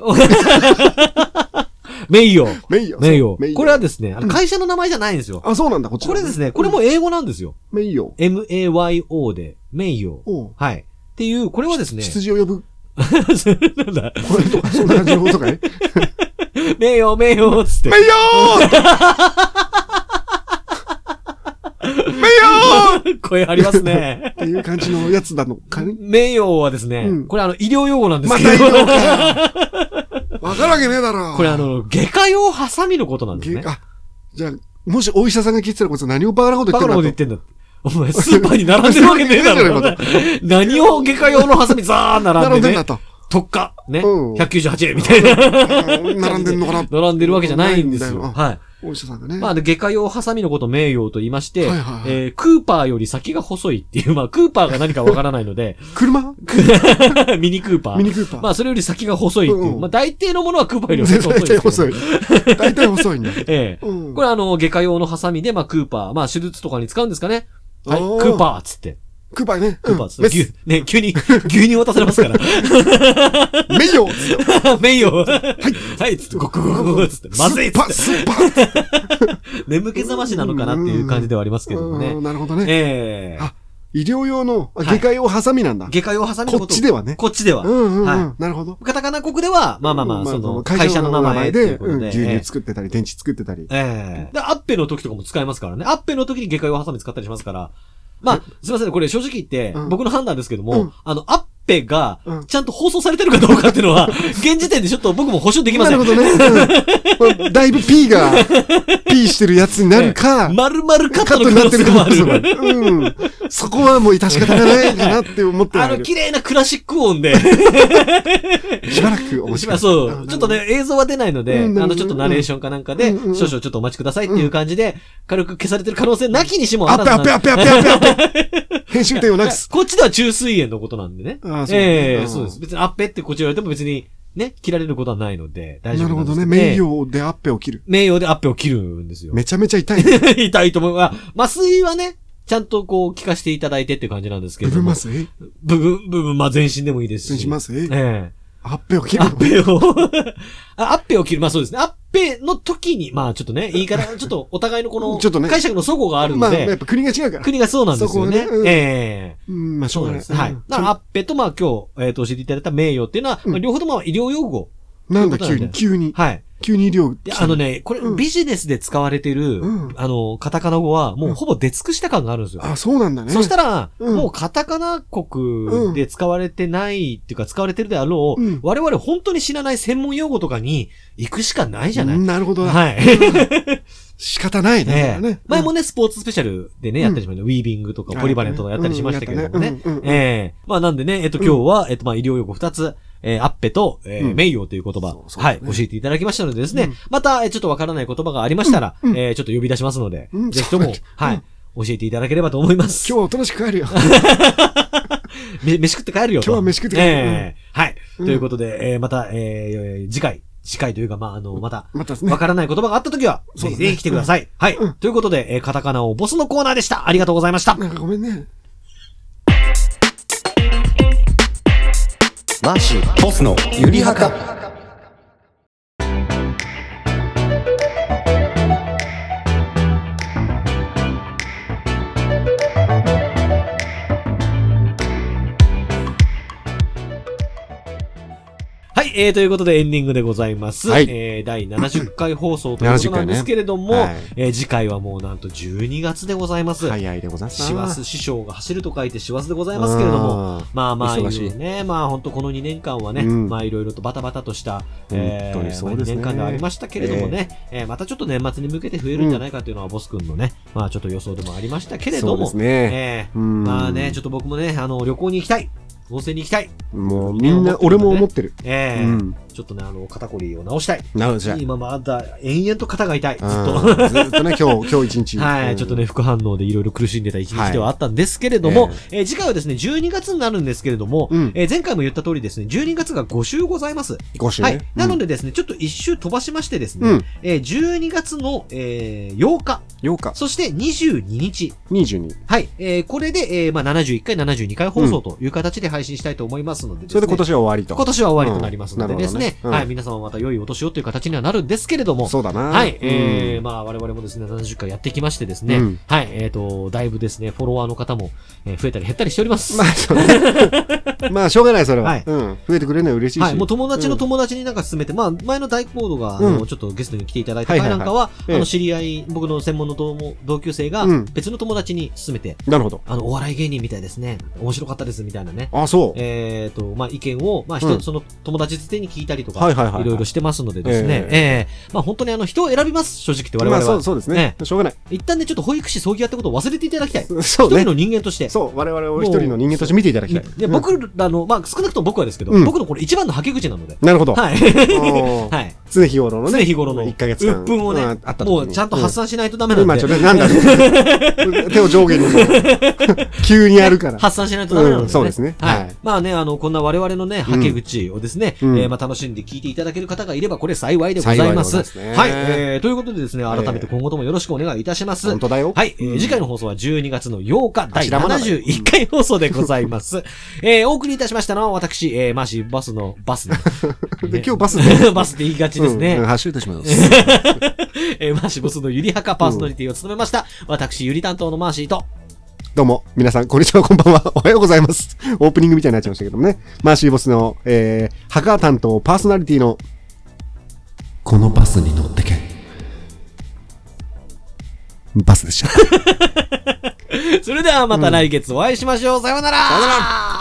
[SPEAKER 1] 名誉。
[SPEAKER 2] 名
[SPEAKER 1] 名
[SPEAKER 2] 誉。
[SPEAKER 1] 誉。
[SPEAKER 2] 名誉
[SPEAKER 1] これはですね、あの会社の名前じゃないんですよ。
[SPEAKER 2] あ、そうなんだ、こっち
[SPEAKER 1] こ
[SPEAKER 2] は
[SPEAKER 1] れですね、これも英語なんですよ。
[SPEAKER 2] 名誉。
[SPEAKER 1] MAYO で、名誉。
[SPEAKER 2] おう
[SPEAKER 1] はい。っていう、これはですね、
[SPEAKER 2] 羊を呼ぶ、
[SPEAKER 1] なんだ、
[SPEAKER 2] これとか、そんな感じのことかね。
[SPEAKER 1] 名誉、名誉、つって
[SPEAKER 2] 名。誉名誉っ
[SPEAKER 1] 声ありますね。
[SPEAKER 2] ていう感じのやつなのかね。
[SPEAKER 1] 名誉はですね、
[SPEAKER 2] うん
[SPEAKER 1] これあの、医療用語なんです
[SPEAKER 2] ま
[SPEAKER 1] けど、
[SPEAKER 2] た医療か。わかるわけねえだ ろ。
[SPEAKER 1] これあの、外科用ハサミのことなんですね
[SPEAKER 2] げ。あ、じゃあ、もしお医者さんが聞いてたらこいつ何をバカなこと言
[SPEAKER 1] バ
[SPEAKER 2] って
[SPEAKER 1] カ
[SPEAKER 2] る
[SPEAKER 1] な
[SPEAKER 2] の
[SPEAKER 1] こと言ってんだって。お前、スーパーに並んでるわけねえだ ろ。何を外科用のハサミザー
[SPEAKER 2] 並
[SPEAKER 1] 並
[SPEAKER 2] ん
[SPEAKER 1] んで
[SPEAKER 2] でんだ
[SPEAKER 1] ね。
[SPEAKER 2] と。
[SPEAKER 1] 特価。ね。
[SPEAKER 2] うん
[SPEAKER 1] 198円みた いな。
[SPEAKER 2] うん並んでんのかな
[SPEAKER 1] 並んでるわけじゃないんですよ。
[SPEAKER 2] ないんだよ
[SPEAKER 1] は
[SPEAKER 2] お医者さんが
[SPEAKER 1] い。
[SPEAKER 2] ね。
[SPEAKER 1] まあ、で外科用ハサミのこと名誉と言いまして、
[SPEAKER 2] はいはいはい
[SPEAKER 1] えークーパーより先が細いっていう、まあ、クーパーが何かわからないので、
[SPEAKER 2] 車
[SPEAKER 1] ミニクーパー。
[SPEAKER 2] ミニクーパー
[SPEAKER 1] まあ、それより先が細いっていう。
[SPEAKER 2] うん
[SPEAKER 1] まあ、大抵のものはクーパーより先が細いです
[SPEAKER 2] 大
[SPEAKER 1] け
[SPEAKER 2] 体
[SPEAKER 1] ど。
[SPEAKER 2] 細い。大体細いんだ。
[SPEAKER 1] ええ
[SPEAKER 2] うん
[SPEAKER 1] これあの、外科用のハサミで、まあ、クーパー、まあ、手術とかに使うんですかね。はい、
[SPEAKER 2] おー
[SPEAKER 1] クーパーっつって。
[SPEAKER 2] クーパーね。
[SPEAKER 1] クーパーっつ
[SPEAKER 2] うんメ
[SPEAKER 1] って。牛ね、急に、 牛乳渡されますから。
[SPEAKER 2] スメイヨーっつって
[SPEAKER 1] 名誉はい、はい、つって、 ゴクゴクゴクっつって、まずいっつっ
[SPEAKER 2] パ
[SPEAKER 1] て、
[SPEAKER 2] スーパー
[SPEAKER 1] 眠気覚ましなのかなっていう感じではありますけれども
[SPEAKER 2] う
[SPEAKER 1] ね
[SPEAKER 2] ん。なるほどね。
[SPEAKER 1] ええ
[SPEAKER 2] あ医療用の、あ
[SPEAKER 1] い
[SPEAKER 2] 外科用ハサミなんだ。
[SPEAKER 1] 外科用ハサミのことを
[SPEAKER 2] こっちではね
[SPEAKER 1] こっちでは。
[SPEAKER 2] うんうんう
[SPEAKER 1] は
[SPEAKER 2] ん。なるほど。
[SPEAKER 1] い。カタカナ国では、まあまあまあ、その、会社の名前っていうこと
[SPEAKER 2] うん
[SPEAKER 1] で。
[SPEAKER 2] 牛乳作ってたり、電池作ってたり。
[SPEAKER 1] ええで、アッペの時とかも使えますからね。アッペの時に下界を挟み使ったりしますから。まあ、すいません、これ正直言って、
[SPEAKER 2] うん
[SPEAKER 1] 僕の判断ですけども、
[SPEAKER 2] うん
[SPEAKER 1] あの、アッペが
[SPEAKER 2] う、ん
[SPEAKER 1] ちゃんと放送されてるかどうかっていうのは、現時点でちょ っと僕も保証できませ
[SPEAKER 2] なる
[SPEAKER 1] ん。
[SPEAKER 2] ほどね。うんこれだいぶ P が、P してるやつになるか、
[SPEAKER 1] まるまるカッ
[SPEAKER 2] カ
[SPEAKER 1] ト
[SPEAKER 2] ッ
[SPEAKER 1] の
[SPEAKER 2] ト
[SPEAKER 1] 可
[SPEAKER 2] に な
[SPEAKER 1] 能
[SPEAKER 2] っ
[SPEAKER 1] 性
[SPEAKER 2] てる
[SPEAKER 1] もある。
[SPEAKER 2] かうん。そこはもう致し方がないかなって思って
[SPEAKER 1] あ
[SPEAKER 2] はい
[SPEAKER 1] の、
[SPEAKER 2] る。
[SPEAKER 1] 綺麗なクラシック音で、
[SPEAKER 2] しばらく面白い。
[SPEAKER 1] そう、ちょっとね、映像は出ないので、
[SPEAKER 2] うん
[SPEAKER 1] あの、ちょっとナレーションかなんかで、
[SPEAKER 2] うんうん
[SPEAKER 1] 少々ちょっとお待ちくださいっていう感じで、軽く消されてる可能性なきにしも
[SPEAKER 2] ア
[SPEAKER 1] あ
[SPEAKER 2] ッ
[SPEAKER 1] ら
[SPEAKER 2] プ
[SPEAKER 1] ずな
[SPEAKER 2] アップアップアップアップアップ編集点をなくす。
[SPEAKER 1] こっちでは中水炎のことなんでね。
[SPEAKER 2] ああそう
[SPEAKER 1] ええ
[SPEAKER 2] うん
[SPEAKER 1] そうです。別にアッペってこっち言われても別にね、切られることはないので、 大丈
[SPEAKER 2] な
[SPEAKER 1] 夫
[SPEAKER 2] る
[SPEAKER 1] なん
[SPEAKER 2] ほ
[SPEAKER 1] で
[SPEAKER 2] ど
[SPEAKER 1] すけ
[SPEAKER 2] ね。
[SPEAKER 1] ど
[SPEAKER 2] 名
[SPEAKER 1] ええ
[SPEAKER 2] 誉でアップを切る。
[SPEAKER 1] 名誉でアッペを切るんですよ。
[SPEAKER 2] めちゃめちゃ痛いね。
[SPEAKER 1] 痛いと思う。あ、麻酔はね、ちゃんとこう効かしていただいてっていう感じなんですけ
[SPEAKER 2] ブ
[SPEAKER 1] れ
[SPEAKER 2] ブ
[SPEAKER 1] ども。
[SPEAKER 2] マスえ
[SPEAKER 1] 部分、部分、まあ全身でもいいですし。
[SPEAKER 2] 全身麻酔
[SPEAKER 1] え
[SPEAKER 2] アップを切
[SPEAKER 1] えア
[SPEAKER 2] る。
[SPEAKER 1] ッペを あ、アッペを切る。まあそうですね。アッペの時に、まあちょっとね、言い方、ちょっとお互いのこの、
[SPEAKER 2] ちょっとね
[SPEAKER 1] 解釈の齟齬がある
[SPEAKER 2] ま
[SPEAKER 1] の
[SPEAKER 2] あ、や
[SPEAKER 1] で
[SPEAKER 2] っ、ぱ国が違うから。
[SPEAKER 1] 国がそうなんですよね。
[SPEAKER 2] そこはねうん
[SPEAKER 1] ええ
[SPEAKER 2] うん、まあ、しょ
[SPEAKER 1] そううなん
[SPEAKER 2] がない
[SPEAKER 1] で。す。はい。だから、アッペと、まあ、今日、えっ、と、教えていただいた名誉っていうのは、
[SPEAKER 2] うん
[SPEAKER 1] まあ両方とも医療用語。
[SPEAKER 2] なんだ、
[SPEAKER 1] という
[SPEAKER 2] 急
[SPEAKER 1] ことなん
[SPEAKER 2] に、
[SPEAKER 1] で
[SPEAKER 2] 急に、
[SPEAKER 1] はい。
[SPEAKER 2] 急に医療。
[SPEAKER 1] で、あのね、これ、
[SPEAKER 2] うん
[SPEAKER 1] ビジネスで使われてる、
[SPEAKER 2] うん
[SPEAKER 1] あの、カタカナ語は、もううんほぼ出尽くした感があるんですよ。
[SPEAKER 2] あ、そうなんだね。
[SPEAKER 1] そしたら、
[SPEAKER 2] うん
[SPEAKER 1] もうカタカナ国で使われてないっていうか、使われてるであろう、
[SPEAKER 2] うん
[SPEAKER 1] 我々本当に知らない専門用語とかに行くしかないじゃない、
[SPEAKER 2] うんなるほど。
[SPEAKER 1] はい。
[SPEAKER 2] 仕方ない
[SPEAKER 1] ね
[SPEAKER 2] ね。だからね
[SPEAKER 1] 前もね、スポーツスペシャルでね、
[SPEAKER 2] うん
[SPEAKER 1] やったりしました、ウィービングとかポリバレントとかやったりしましたけれどもね。
[SPEAKER 2] うんやったねうんうんうん
[SPEAKER 1] ええまあなんでね、えっと今日は、えっとまあ医療用語2つ、えー、アッペと、えー
[SPEAKER 2] うん
[SPEAKER 1] 名誉という言葉、
[SPEAKER 2] そうそう
[SPEAKER 1] は
[SPEAKER 2] だ
[SPEAKER 1] い、
[SPEAKER 2] ね
[SPEAKER 1] 教えていただきましたのでですね、
[SPEAKER 2] うん
[SPEAKER 1] また、えーちょっとわからない言葉がありましたら、
[SPEAKER 2] うんうん
[SPEAKER 1] えーちょっと呼び出しますので、
[SPEAKER 2] うん
[SPEAKER 1] ぜひとも、
[SPEAKER 2] そうだ
[SPEAKER 1] はい、教えていただければと思います。
[SPEAKER 2] 今日はおとなしく 帰るよ。
[SPEAKER 1] め飯食って帰るよと。
[SPEAKER 2] 今日は飯食って帰る
[SPEAKER 1] ええはい、
[SPEAKER 2] うん
[SPEAKER 1] ということで、えーまた、えー次回、司会というか、まあ、あの、また、
[SPEAKER 2] またですね
[SPEAKER 1] わ。からない言葉があったときは、
[SPEAKER 2] そう
[SPEAKER 1] ぜ
[SPEAKER 2] だ
[SPEAKER 1] ひ
[SPEAKER 2] ね
[SPEAKER 1] ぜひ来てください。はい。ということで、えーカタカナをボスのコーナーでした。ありがとうございました。
[SPEAKER 2] なんかごめんね。
[SPEAKER 3] マーシーボスのゆりはか
[SPEAKER 1] はい、えー、ということでエンディングでございます。
[SPEAKER 2] はい
[SPEAKER 1] えー、第70回放送ということなんですけれども、
[SPEAKER 2] 70回ねはい
[SPEAKER 1] えー次回はもうなんと12月でございます。
[SPEAKER 2] 早いでございますな。
[SPEAKER 1] 師走師匠が走ると書いて師走でございますけれども、
[SPEAKER 2] あー。
[SPEAKER 1] まあまあ、
[SPEAKER 2] 忙しい
[SPEAKER 1] ね、まあ本当この2年間はね、
[SPEAKER 2] うん
[SPEAKER 1] まあいろいろとバタバタとした、えー
[SPEAKER 2] 本当にそうですね
[SPEAKER 1] まあ2年間ではありましたけれどもね、えーまたちょっと年末に向けて増えるんじゃないかというのは、ボス君のね、まあちょっと予想でもありましたけれど
[SPEAKER 2] そうで
[SPEAKER 1] も、
[SPEAKER 2] すね。
[SPEAKER 1] え
[SPEAKER 2] う
[SPEAKER 1] ー
[SPEAKER 2] ん
[SPEAKER 1] まあね、ちょっと僕もね、あの、旅行に行きたい温泉に行きたい
[SPEAKER 2] もうみんな、俺も思ってる。
[SPEAKER 1] え
[SPEAKER 2] う
[SPEAKER 1] ー
[SPEAKER 2] ん。
[SPEAKER 1] ちょっとね、あの、肩こりを直したい。
[SPEAKER 2] なのじゃ。
[SPEAKER 1] 今まだ延々と肩が痛い、ずっと。
[SPEAKER 2] うんずっとね、今日、今日一日。
[SPEAKER 1] は
[SPEAKER 2] う
[SPEAKER 1] い、
[SPEAKER 2] ん
[SPEAKER 1] ちょっとね、。副反応でいろいろ苦しんでた一日ではあったんですけれども、
[SPEAKER 2] はい
[SPEAKER 1] えー次回はですね、12月になるんですけれども、
[SPEAKER 2] うん
[SPEAKER 1] えー前回も言った通りですね、12月が5週ございます。
[SPEAKER 2] 5週
[SPEAKER 1] は
[SPEAKER 2] ね。
[SPEAKER 1] い。なのでですね、ちょっと1週飛ばしましてですね、
[SPEAKER 2] うん
[SPEAKER 1] えー12月の、えー8日、
[SPEAKER 2] うん、8日、
[SPEAKER 1] そして22日、
[SPEAKER 2] 22。
[SPEAKER 1] はい、えーこれで、えーまあ、71回、72回放送という形で配信したいと思いますのでです
[SPEAKER 2] それ
[SPEAKER 1] ね
[SPEAKER 2] で今年は終わりと。
[SPEAKER 1] 今年は終わりとなりますので
[SPEAKER 2] うん
[SPEAKER 1] ですね、
[SPEAKER 2] なるほどねうん
[SPEAKER 1] はい、皆様また良いお年をという形にはなるんですけれども、
[SPEAKER 2] そうだな。
[SPEAKER 1] はい、え
[SPEAKER 2] う
[SPEAKER 1] ー、
[SPEAKER 2] ん
[SPEAKER 1] まあ、我々もですね、70回やってきましてですね、
[SPEAKER 2] うん
[SPEAKER 1] はい、えっ、と、だいぶですね、フォロワーの方も、えー増えたり減ったりしております。
[SPEAKER 2] まあ、そうね。まあ、しょうがない、それは。
[SPEAKER 1] はい
[SPEAKER 2] うん。増えてくれるのは嬉しいし。
[SPEAKER 1] はい、もう友達の友達になんか勧めて、まあ、前の大コードが、あの、
[SPEAKER 2] うん
[SPEAKER 1] ちょっとゲストに来ていただいた
[SPEAKER 2] はい
[SPEAKER 1] 回
[SPEAKER 2] はい
[SPEAKER 1] なん
[SPEAKER 2] はい
[SPEAKER 1] かは、
[SPEAKER 2] ええ
[SPEAKER 1] あの、知り合い、僕の専門の同同級生が
[SPEAKER 2] うん、
[SPEAKER 1] 別の友達に勧めて、
[SPEAKER 2] なるほど。
[SPEAKER 1] あの、お笑い芸人みたいですね、面白かったです、みたいなね。
[SPEAKER 2] あ、そう。
[SPEAKER 1] えっ、と、まあ、意見を、まあ、人、
[SPEAKER 2] うん
[SPEAKER 1] その友達づてに聞いたりとか、
[SPEAKER 2] はいいはいはい。
[SPEAKER 1] ろいろ
[SPEAKER 2] し
[SPEAKER 1] してますのでですね、
[SPEAKER 2] え
[SPEAKER 1] ええまあ、本当にあの、人を選びます、正直って我々
[SPEAKER 2] ま
[SPEAKER 1] は。
[SPEAKER 2] あ、そうそうですね。しょうがない。
[SPEAKER 1] 一旦ね、ちょっと保育士葬儀屋ってことを忘れていただきたい。
[SPEAKER 2] そ
[SPEAKER 1] 一
[SPEAKER 2] う
[SPEAKER 1] 人
[SPEAKER 2] ね。
[SPEAKER 1] の人間として。
[SPEAKER 2] そう、我々を一人の人間として見ていただきたい。
[SPEAKER 1] で、
[SPEAKER 2] うん、
[SPEAKER 1] 僕らの、まあ、少なくとも僕はですけど、
[SPEAKER 2] うん
[SPEAKER 1] 僕のこれ一番のはけ口なので。
[SPEAKER 2] なるほど。
[SPEAKER 1] はい。
[SPEAKER 2] おー
[SPEAKER 1] はい。
[SPEAKER 2] 常日頃の
[SPEAKER 1] 常
[SPEAKER 2] ね。
[SPEAKER 1] 日頃の、
[SPEAKER 2] 一ヶ月間
[SPEAKER 1] うっぷんをね、
[SPEAKER 2] うんあった時に
[SPEAKER 1] もうちゃんと発散しないとダメなんで、
[SPEAKER 2] 今ちょっとね、なんだ ろう手を上下にも。急にやるから。
[SPEAKER 1] 発散しないとダメなんで、ね
[SPEAKER 2] うんそうですね
[SPEAKER 1] はい。
[SPEAKER 2] はい
[SPEAKER 1] まあね、あの、こんな我々のね、はけ口をですね、
[SPEAKER 2] うん
[SPEAKER 1] えーまあ楽しんで聞いていただける方がいれば、これ幸いでございます。
[SPEAKER 2] 幸いでございますね
[SPEAKER 1] はい、えーということでですね、改めて今後ともよろしくお願いいたします。
[SPEAKER 2] 本当だよ。
[SPEAKER 1] はい、えー
[SPEAKER 2] うん
[SPEAKER 1] 次回の放送は12月の8日、第
[SPEAKER 2] 知らんわな
[SPEAKER 1] 71回放送でございます。えーお送りいたしましたのは私、えーマーシーバスの、バスの、
[SPEAKER 2] で今日バス
[SPEAKER 1] ね バスって言いがちですね。
[SPEAKER 2] うんうん発車いたします。
[SPEAKER 1] えーマーシーボスのゆりはかパーソナリティを務めました。私、ゆり担当のマーシーと、
[SPEAKER 2] どうも、皆さん、こんにちは、こんばんは。 おはようございます。オープニングみたいになっちゃいましたけどもね。マーシーボスの、えー、ハカー担当、パーソナリティの、このバスに乗ってけ。バスでした。
[SPEAKER 1] それではまた来月お会いしましょう。さようなら